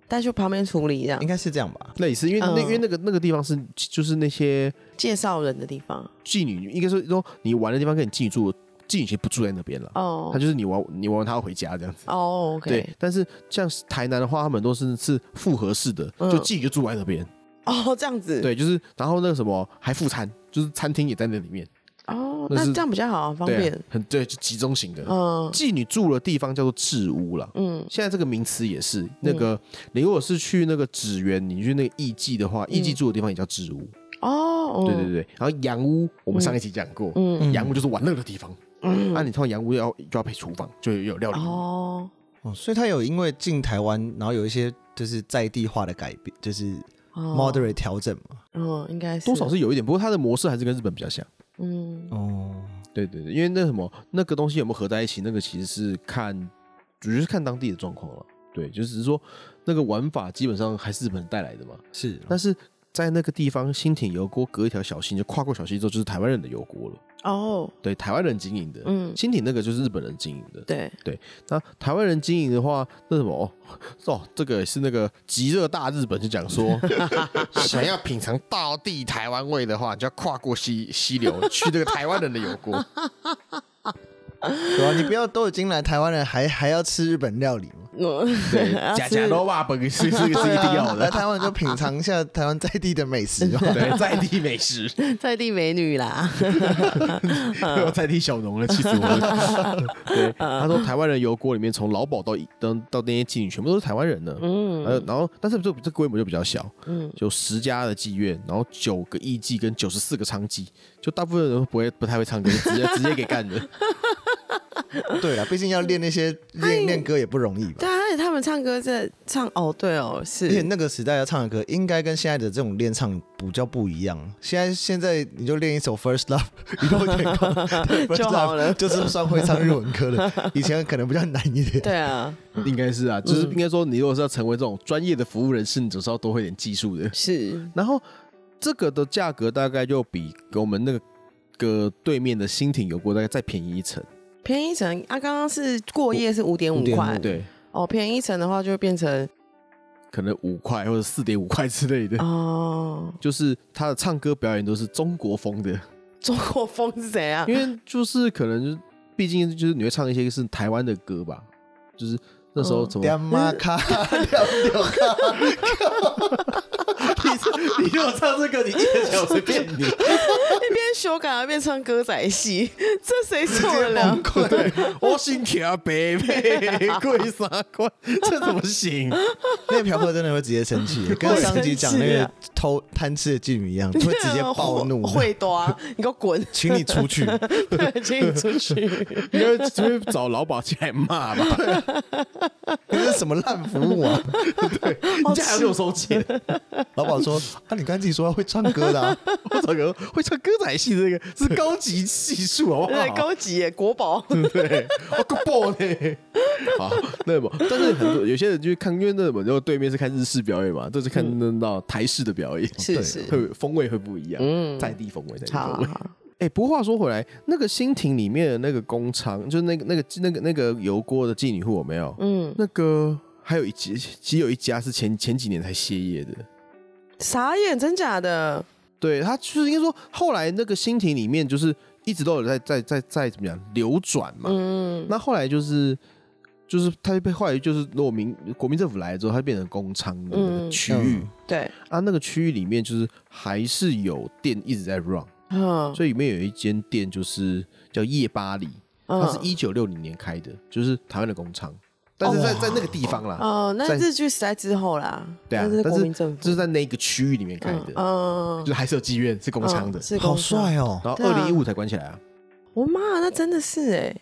Speaker 2: 带去旁边处理这样
Speaker 1: 应，该是这样吧？
Speaker 3: 类似，因为那、
Speaker 2: 嗯
Speaker 3: 因为那个那个地方是就是那些
Speaker 2: 介绍人的地方。
Speaker 3: 妓女，应该说说你玩的地方跟你妓女住的，妓女其实不住在那边了，
Speaker 2: 哦
Speaker 3: 她，就是你玩你玩完她要回家这样子。
Speaker 2: 哦，OK，
Speaker 3: 对，但是像台南的话，他们都是是复合式的，
Speaker 2: 嗯
Speaker 3: 就妓女就住在那边。
Speaker 2: 哦，这样子，，
Speaker 3: 对，就是然后那个什么还附餐，就是餐厅也在那里面，
Speaker 2: 哦，
Speaker 3: 那
Speaker 2: 那
Speaker 3: 是
Speaker 2: 这样比较好，方
Speaker 3: 对啊
Speaker 2: 便，
Speaker 3: 很对，就集中型的。
Speaker 2: 嗯
Speaker 3: 妓女住的地方叫做置屋了。
Speaker 2: 嗯
Speaker 3: 现在这个名词也是那个，你如果是去那个纸园，你去那个艺妓的
Speaker 2: 嗯
Speaker 3: 话，艺妓住的地方也叫置屋。
Speaker 2: 哦，
Speaker 3: 对对对，然后洋屋我们上一集讲过，
Speaker 2: 嗯
Speaker 3: 洋屋就是玩乐的地方。那、
Speaker 2: 嗯，
Speaker 3: 你通常洋屋要就要配厨房，就有料理。
Speaker 2: 哦
Speaker 1: 哦，所以他有因为进台湾，然后有一些就是在地化的改变，就是
Speaker 2: 哦
Speaker 1: moderate 调整嘛。
Speaker 2: 嗯，应该是
Speaker 3: 多少是有一点，不过它的模式还是跟日本比较像。
Speaker 2: 嗯
Speaker 1: 哦，
Speaker 3: 对对对，因为那什么那个东西有没有合在一起，那个其实是看，主要是看当地的状况了。对，就只是说那个玩法基本上还是日本人带来的嘛。
Speaker 2: 嗯
Speaker 1: 是，
Speaker 3: 但是在那个地方，新艇油锅隔一条小溪，你就跨过小溪之后就是台湾人的油锅了。
Speaker 2: 哦，
Speaker 3: 对，台湾人经营的。
Speaker 2: 嗯
Speaker 3: 新艇那个就是日本人经营的。
Speaker 2: 对，
Speaker 3: 那台湾人经营的话，那什么哦，哦这个也是那个极热大日本就讲说，想要品尝道地台湾味的话，你就要跨过溪溪流去这个台湾人的油锅。
Speaker 1: 对啊，你不要都已经来台湾了，还还要吃日本料理嘛？
Speaker 2: 嗯，
Speaker 3: 对，
Speaker 2: 假
Speaker 3: 假
Speaker 2: 假
Speaker 3: 假
Speaker 2: 肉
Speaker 3: 肉霸本是是是一定要
Speaker 1: 啊来
Speaker 3: 的，
Speaker 1: 台湾就品尝一下台湾在地的美食吧。
Speaker 3: 对，在地美 食，
Speaker 2: 在地美女啦，
Speaker 3: 在地小农了，气死我了。 嗯对，他说台湾人油锅里面从老鸨到到到那些妓女，全部都是台湾人呢。呃
Speaker 2: 嗯，
Speaker 3: 然后但是这这规模就比较小，
Speaker 2: 嗯
Speaker 3: 就十家的妓院，然后九个艺妓跟九十四个娼妓，就大部分人都不会不太会唱歌，就直接直接给干 的。
Speaker 1: 对了，毕竟要练那些练练歌也不容易吧
Speaker 2: 对。啊，而且他们唱歌在唱哦，对哦，
Speaker 1: 而且
Speaker 2: 是，
Speaker 1: 那个时代要唱的歌，应该跟现在的这种练唱比较不一样。现在现在你就练一首《First Love》，以 后点歌 First
Speaker 2: 就好
Speaker 1: Love
Speaker 2: 了
Speaker 1: 就是算会唱日文歌的。以前可能比较难一 点。
Speaker 2: 对啊，
Speaker 3: 应该是啊，就是
Speaker 2: 嗯
Speaker 3: 应该说，你如果是要成为这种专业的服务人士，你总是要多会点技术的。
Speaker 2: 是，
Speaker 3: 然后这个的价格大概就比给我们那个个对面的新艇油锅大概再便宜一层。
Speaker 2: 便宜城啊，刚刚是过夜是五点五
Speaker 1: 5.5
Speaker 2: 块，
Speaker 3: 对，
Speaker 2: 哦，便宜城的话就会变成
Speaker 3: 可能五块或者四点五块之类的。
Speaker 2: 哦，
Speaker 3: 就是他的唱歌表演都是中国风的，
Speaker 2: 中国风是怎样
Speaker 3: 因？为就是可能就是毕竟就是你会唱一些是台湾的歌吧，就是那时候怎么
Speaker 1: 掉马卡，掉掉卡， 你你如果唱这个，你一天前我是骗 你，
Speaker 2: 一边修改一边唱歌仔戏， 这谁受得了
Speaker 1: 崩？溃。
Speaker 3: 我心跳白玫瑰三关，这怎么行？
Speaker 1: 那个嫖客真的会直接生 气，跟上集讲那个偷贪吃的妓女一样，会 直接暴怒！
Speaker 2: 你这个人，啊会多，你给我滚
Speaker 1: 请你出去。
Speaker 2: 对，请你 出去。
Speaker 3: 应该直接找劳保起来骂吧？
Speaker 1: 你这是什么烂服务啊？
Speaker 3: 你家还要给我收钱？
Speaker 1: 老鸨说：“啊，你刚才自己说会唱歌的、 啊，
Speaker 3: 我整个会唱歌仔戏的这个是高级技术，好不
Speaker 2: 对，
Speaker 3: 好？
Speaker 2: 高级耶，国宝。
Speaker 1: 嗯
Speaker 3: 对，我个哦爆呢！好，那么但是很多有些人就看，因为那么就对面是看日式表演嘛，都是看那到台式的表演，
Speaker 2: 嗯
Speaker 3: 啊
Speaker 2: 是
Speaker 1: 对
Speaker 2: 是，
Speaker 3: 会风味会不一样，
Speaker 2: 嗯
Speaker 3: 在地风味，在地
Speaker 2: 好
Speaker 3: 风味。
Speaker 2: 好，
Speaker 3: 哎、不过话说回来，那个新亭里面的那个工厂，就是那个那个那个那个油锅的妓女户，有没有？
Speaker 2: 嗯，
Speaker 3: 那个还有一家，其实有一家是前前几年才歇业的。
Speaker 2: 傻眼，真假的？
Speaker 3: 对，他就是应该说，后来那个新亭里面就是一直都有在在在在怎么样流转嘛。
Speaker 2: 嗯，
Speaker 3: 那后来就是就是他被后来就是如果民国民政府来了之后，它变成工厂的那个
Speaker 2: 嗯
Speaker 3: 区域、
Speaker 2: 对，
Speaker 3: 啊，那个区域里面就是还是有店一直在 run，
Speaker 2: 嗯，
Speaker 3: 所以里面有一间店就是叫夜巴黎。它是
Speaker 2: 嗯，
Speaker 3: 一九六零年开的，就是台湾的工厂，但是在在那个地方啦，
Speaker 2: 哦，那
Speaker 3: 啊在
Speaker 2: 日据时代之后啦，
Speaker 3: 对啊
Speaker 2: 那，是
Speaker 3: 但
Speaker 2: 国
Speaker 3: 是
Speaker 2: 民政府
Speaker 3: 就是在那个区域里面开
Speaker 2: 嗯
Speaker 3: 的，
Speaker 2: 嗯
Speaker 3: 就是还是有妓院是工厂的
Speaker 2: 嗯，是
Speaker 1: 好
Speaker 2: 工商。
Speaker 1: 帅哦！
Speaker 3: 然后
Speaker 2: 对啊
Speaker 3: 二零一五才关起来啊，
Speaker 2: 我妈，那真的是哎，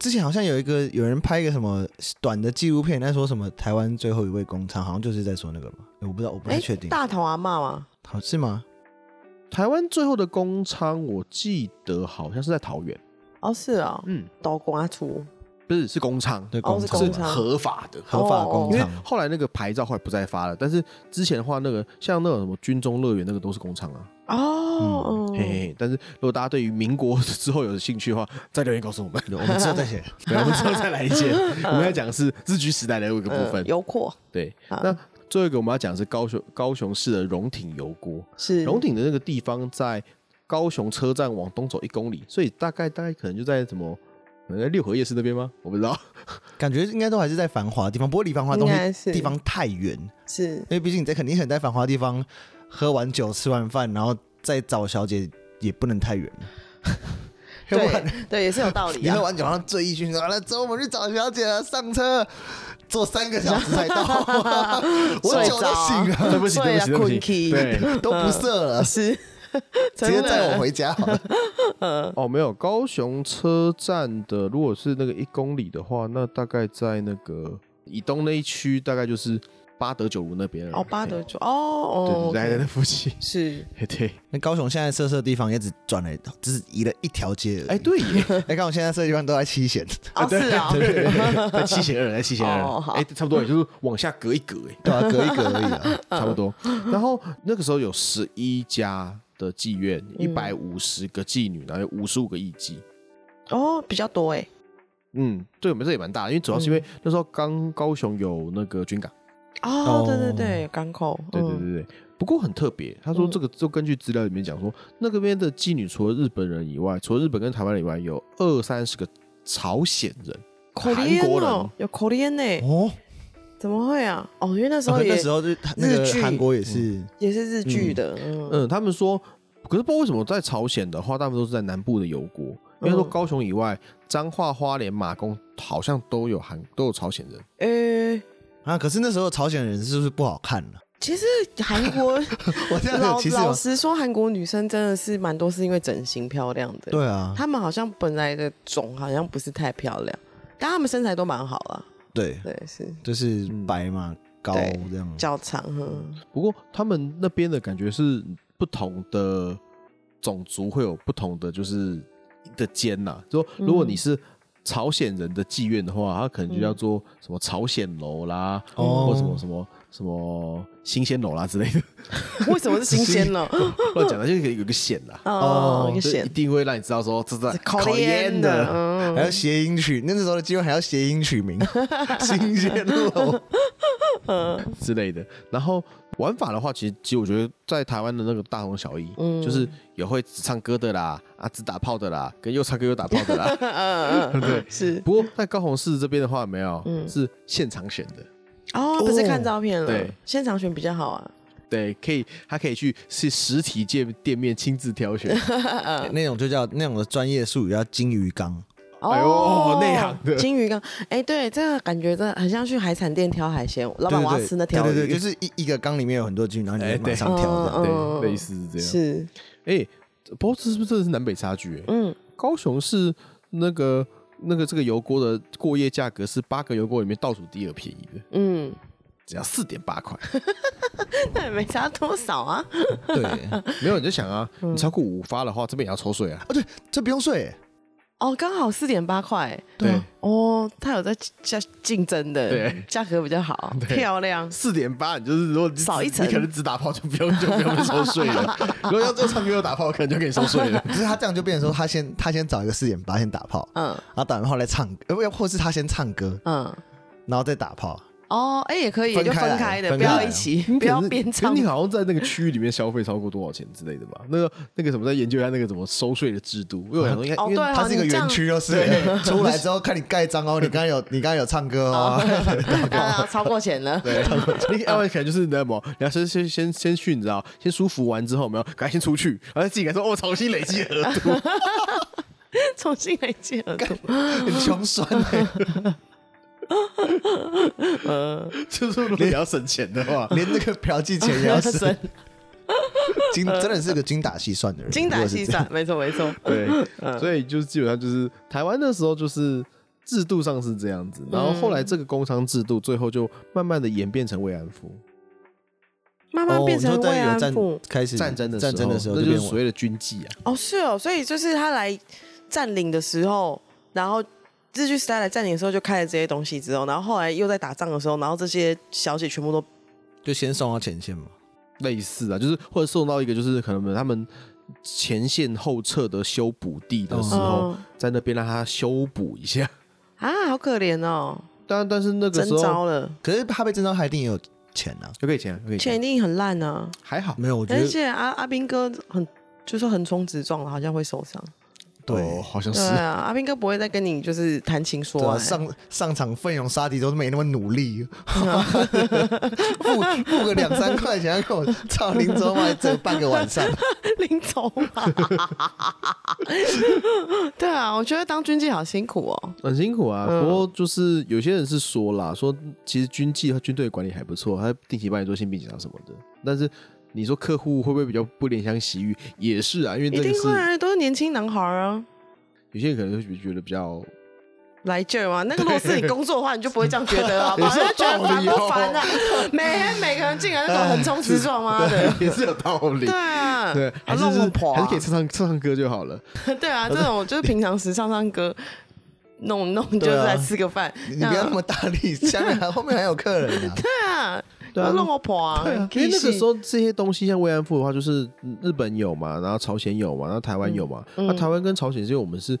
Speaker 1: 之前好像有一个有人拍一个什么短的纪录片，在说什么台湾最后一位工厂，好像就是在说那个嘛，我不知道，我不太
Speaker 2: 哎
Speaker 1: 确定，
Speaker 2: 大头阿妈嘛，
Speaker 1: 好是吗？
Speaker 3: 台湾最后的工厂我记得好像是在桃园，
Speaker 2: 哦是哦，
Speaker 3: 嗯，
Speaker 2: 倒瓜厨，
Speaker 3: 不是是工厂，
Speaker 1: 对，
Speaker 2: 哦
Speaker 1: 工
Speaker 2: 是
Speaker 1: 厂啊
Speaker 3: 是
Speaker 2: 工厂哦
Speaker 3: 合法的。
Speaker 1: 合法工
Speaker 3: 因为
Speaker 1: 厂，
Speaker 3: 后来那个牌照后来不再发了，但是之前的话，那个像那种什么军中乐园，那个都是工厂啊。
Speaker 2: 哦，
Speaker 3: 嘿
Speaker 2: 嗯
Speaker 3: 嘿，但是如果大家对于民国之后有兴趣的话，再留言告诉 我们，
Speaker 1: 我们之后再写。
Speaker 3: 对我们之后再来一 件。我们要讲的是日据时代的一个部
Speaker 2: 呃
Speaker 3: 分。
Speaker 2: 油阔
Speaker 3: 对，
Speaker 2: 好
Speaker 3: 那最后一个我们要讲的是高雄高雄市的荣挺油锅。
Speaker 2: 是
Speaker 3: 荣挺的那个地方在高雄车站往东走一公里，所以大概大概可能就在什么，可能在六合夜市那边吗？我不知道。
Speaker 1: 感觉应该都还是在繁华的地方，不过离繁华的
Speaker 2: 应
Speaker 1: 东
Speaker 2: 该
Speaker 1: 西
Speaker 2: 是
Speaker 1: 地方太远，因
Speaker 2: 是
Speaker 1: 为毕竟你在肯定很在繁华的地方喝完酒、吃完饭，然后再找小姐也不能太远，要不然
Speaker 2: 对对也是有道理
Speaker 1: 你
Speaker 2: 啊
Speaker 1: 喝，完酒然后醉意熏说：“来，走，我们去找小姐了，上车，坐三个小时才 到，我
Speaker 2: 睡
Speaker 1: 酒都
Speaker 2: 着
Speaker 1: 醒了，
Speaker 3: 对不起，对哦不起，对不起。
Speaker 2: 睡啊
Speaker 3: 对，
Speaker 1: 都不射了，
Speaker 2: 是
Speaker 1: 直
Speaker 2: 真
Speaker 1: 接
Speaker 2: 的
Speaker 1: 载我回家好 了。
Speaker 3: 哦，没有，高雄车站的，如果是那个一公里的话，那大概在那个以东那一区，大概就是八德九如那边了
Speaker 2: 哦八德
Speaker 3: 嘿
Speaker 2: 九哦哦
Speaker 3: 对，对，在在
Speaker 2: OK
Speaker 3: 那附近。
Speaker 2: 是
Speaker 3: 嘿对，”
Speaker 1: 那高雄现在色色地方也只转了，只是移了一条街而
Speaker 3: 哎，
Speaker 1: 已。
Speaker 3: 对耶，
Speaker 1: 哎，高雄现在色色地方都在七 贤，
Speaker 2: 哦是啊，
Speaker 3: 在七贤二，在七贤
Speaker 2: 哦
Speaker 3: 二，
Speaker 2: 好
Speaker 3: 哎，差不多，也就是往下隔一隔，哎，
Speaker 1: 对啊，隔一隔而已 啊。
Speaker 2: 嗯
Speaker 3: 差不多。然后那个时候有十一家的妓院，
Speaker 2: 嗯
Speaker 3: 一百五十个妓女，然后有五十五个艺妓。
Speaker 2: 哦比较多哎
Speaker 3: 嗯，对我们这也蛮大的，因为主要是因为
Speaker 2: 嗯
Speaker 3: 那时候刚高雄有那个军港，
Speaker 1: 哦
Speaker 2: 哦对对对港口
Speaker 3: 对对
Speaker 2: 嗯
Speaker 3: 对对。不过很特别，他说这个就根据资料里面讲说，那个边的妓女除了日本人以外，除了日本跟台湾人以外，有二三十个朝鲜人、韩
Speaker 2: Korean
Speaker 3: 国人
Speaker 2: 哦，有 Korean 呢
Speaker 1: 哦，
Speaker 2: 怎么会啊哦因为那时候
Speaker 1: 哦
Speaker 2: 也
Speaker 1: 那时候就那个
Speaker 2: 日剧嗯
Speaker 1: 韩国也是，
Speaker 2: 也是日剧的嗯
Speaker 3: 嗯，他们说，可是不知道为什么在朝鲜的话，大部分都是在南部的油锅，因为说
Speaker 2: 嗯
Speaker 3: 高雄以外，彰化、花莲、马公好像都有韩都有朝鲜人。
Speaker 2: 诶
Speaker 1: 啊，可是那时候朝鲜人是不是不好看了？
Speaker 2: 其实韩 国
Speaker 1: 我这样
Speaker 2: 老
Speaker 1: 有歧视
Speaker 2: 老
Speaker 1: 吗？
Speaker 2: 实说，韩国女生真的是蛮多是因为整形漂亮的。、
Speaker 1: 对啊，
Speaker 2: 她们好像本来的种好像不是太漂亮，但她们身材都蛮好啦。
Speaker 1: 对，
Speaker 2: 对，是
Speaker 1: 就是白嘛，高
Speaker 2: 嗯对
Speaker 1: 这样。
Speaker 2: 较长。 嗯，
Speaker 3: 不过他们那边的感觉是不同的种族会有不同的就是的尖呐、就说
Speaker 2: 嗯
Speaker 3: 如果你是朝鲜人的妓院的话，他可能就叫做什么朝鲜楼啦，
Speaker 1: 哦
Speaker 3: 或什么什么什么新鲜楼啦之类的，
Speaker 2: 为什么是新鲜 呢？
Speaker 3: 乱讲的就是有一个显啦。
Speaker 2: 哦，一个
Speaker 3: 就
Speaker 2: 显
Speaker 3: 一定会让你知道说这是
Speaker 2: 烤烟的，
Speaker 1: 还
Speaker 2: 嗯，
Speaker 1: 要谐音取，那时候的机会还要谐音取名，新鲜路
Speaker 2: 嗯
Speaker 3: 之类的。然后玩法的话，其实其实我觉得在台湾的那个大同小异，
Speaker 2: 嗯
Speaker 3: 就是也会只唱歌的啦，啊只打炮的啦，跟又唱歌又打炮的啦。
Speaker 2: 嗯 嗯，对，是
Speaker 3: 不过在高雄市这边的话，没有，
Speaker 2: 嗯
Speaker 3: 是现场选的，
Speaker 2: 哦，不是看照片了，
Speaker 3: 对
Speaker 2: 现场选比较好啊。
Speaker 3: 对，可以，他可以去是实体店店面亲自挑选，
Speaker 2: 嗯
Speaker 1: 那种就叫那种的专业术语叫金鱼缸，
Speaker 3: 哎呦
Speaker 2: 哦，
Speaker 3: 内行的
Speaker 2: 金鱼缸，哎，对，这个感觉真的很像去海产店挑海鲜，老板
Speaker 1: 对
Speaker 2: 我要
Speaker 1: 对
Speaker 2: 吃那
Speaker 1: 对
Speaker 2: 条
Speaker 1: 对对，就
Speaker 2: 鱼，
Speaker 1: 是一一个缸里面有很多金鱼，然后你
Speaker 3: 哎
Speaker 1: 就马
Speaker 3: 对
Speaker 1: 上挑这样。
Speaker 2: 嗯嗯
Speaker 3: 对，类似是这样。
Speaker 2: 是，
Speaker 3: 哎，不过这是不是真的是南北差距、欸？
Speaker 2: 嗯，
Speaker 3: 高雄市那个那个这个油锅的过夜价格是八个油锅里面倒数第二便宜的，
Speaker 2: 嗯，
Speaker 3: 只要四点八块。
Speaker 2: 那也没差多少啊。
Speaker 1: 对，
Speaker 3: 没有你就想啊，你超过五发的话，这边也要抽税啊。
Speaker 1: 这不用睡，
Speaker 2: 哦，刚好四点八块，
Speaker 3: 对，
Speaker 2: 哦，他有在价竞争的，
Speaker 3: 对
Speaker 2: 价格比较好，
Speaker 3: 对
Speaker 2: 漂亮，
Speaker 3: 四点八，你就是如果你
Speaker 2: 少一层
Speaker 3: 你可能只打炮就不用就不用被抽税 了。如果要做唱歌又打炮，可能就可以收税了。
Speaker 1: 可是他这样就变成说，他先他先找一个四点八先打炮，
Speaker 2: 嗯
Speaker 1: 然后打完炮来唱，呃，不要或是他先唱歌，
Speaker 2: 嗯，
Speaker 1: 然后再打炮。
Speaker 2: 哦，哎，也可以，
Speaker 1: 分
Speaker 2: 就
Speaker 1: 开来
Speaker 2: 分开的，
Speaker 1: 分
Speaker 2: 不
Speaker 1: 开来
Speaker 2: 要一起， 不要边
Speaker 3: 可
Speaker 2: 唱
Speaker 3: 是你好像在那个区域里面消费超过多少钱之类的吧？那个那个什么，在研究一下那个怎么收税的制度。因为我想说，应该
Speaker 2: 哦
Speaker 1: 因为
Speaker 2: 对哦
Speaker 1: 它是一个
Speaker 2: 你这样
Speaker 1: 园区，就是了出来之后看你盖章哦，你刚刚有你刚刚有唱歌哦，
Speaker 2: 啊，超过钱了，
Speaker 3: 对， 你要不然可能就是你知道吗？你要先先先先去，你知道，先舒服完之后，有没有赶快先出去，然后自己感受哦，重新累积额度，
Speaker 2: 重新来借额度，
Speaker 1: 很穷酸欸
Speaker 2: 嗯，
Speaker 3: 就是说如果你要省钱的话，
Speaker 1: 连那个 嫖妓钱也要省
Speaker 2: 神，
Speaker 1: 精真的是个精打细算的人，
Speaker 2: 呃精打
Speaker 1: 如果
Speaker 2: 细
Speaker 1: 是这样。哦
Speaker 2: 算，没错没错，
Speaker 3: 对，所以就是基本上就是台湾那时候就是制度上是这样子，然后后来这个工商制度最后就慢慢的演变成慰安妇
Speaker 2: 慢慢
Speaker 1: 哦
Speaker 2: 变
Speaker 1: 你说
Speaker 2: 成
Speaker 1: 在
Speaker 2: 慰
Speaker 1: 有
Speaker 2: 安
Speaker 1: 战
Speaker 2: 妇，
Speaker 1: 开始
Speaker 3: 战争的
Speaker 1: 战争的时候
Speaker 3: 那
Speaker 1: 就
Speaker 3: 就是
Speaker 1: 变
Speaker 3: 所谓的军纪啊，
Speaker 2: 哦，是哦，所以就是他来占领的时候，然后日据时代来占领的时候就开了这些东西之后，然后后来又在打仗的时候，然后这些小姐全部都
Speaker 1: 就先送到前线嘛。
Speaker 3: 类似啊，就是或者送到一个就是可能他们前线后撤的修补地的时候，
Speaker 2: 嗯
Speaker 3: 在那边让他修补一下。
Speaker 2: 啊，好可怜哦，
Speaker 3: 但但是那个
Speaker 2: 真
Speaker 3: 时候
Speaker 2: 招了，
Speaker 1: 可是他被征召，他一定也有钱啊。
Speaker 3: 就可以钱，就可以
Speaker 2: 钱一
Speaker 3: 钱，
Speaker 2: 定很烂啊，
Speaker 3: 还好。
Speaker 1: 没有，我觉
Speaker 2: 而
Speaker 1: 得
Speaker 2: 且阿阿斌哥很。就是横冲直撞了，好像会受伤。
Speaker 3: 哦
Speaker 1: 对。
Speaker 3: 好像是
Speaker 2: 对。啊，阿斌哥不会再跟你就是谈 情
Speaker 1: 对
Speaker 2: 说
Speaker 1: 啊
Speaker 2: 爱，
Speaker 1: 上上场费用杀敌都没那么努 力，
Speaker 2: 嗯
Speaker 1: 付付个两三块钱，跟我操林州卖这半个晚 上，
Speaker 2: 临走嘛。 对啊，我觉得当军妓好辛苦哦。
Speaker 3: 很辛苦啊，不过就是有些人是说啦，说其实军纪和军队管理还不错，他定期帮你做性病检查什么的。但是你说客户会不会比较不怜香惜玉？也是啊，因为
Speaker 2: 一
Speaker 3: 这
Speaker 2: 定
Speaker 3: 个是
Speaker 2: 会啊，都是年轻男孩啊。
Speaker 3: 有些人可能会觉得比较
Speaker 2: 来劲儿吗？那个如果是你工作的话，你就不会这样觉 得，好不好？
Speaker 3: 也
Speaker 2: 就是觉得烦
Speaker 3: 有道理
Speaker 2: 不
Speaker 3: 哦
Speaker 2: 烦啊？ 每天每个人进来都横冲直撞， 妈的！
Speaker 3: 也是有道理
Speaker 2: 对。 啊，
Speaker 3: 对，还
Speaker 2: 啊
Speaker 3: 是
Speaker 2: 弄我婆
Speaker 3: 还是
Speaker 2: 啊
Speaker 3: 可以，唱唱唱唱歌就好了。
Speaker 2: 对啊，这种就是平常时唱唱歌，弄弄就是来吃个饭，啊
Speaker 1: 你不要那么大力，下面
Speaker 2: 嗯
Speaker 1: 还后面还有客人 啊。
Speaker 2: 对啊，
Speaker 3: 对啊
Speaker 2: 弄我婆啊，
Speaker 3: 因为那个时候这些东西像慰安妇的话，就是嗯日本有嘛，然后朝鲜有嘛，然后台湾有嘛。
Speaker 2: 嗯
Speaker 3: 那台湾跟朝鲜是因为我们是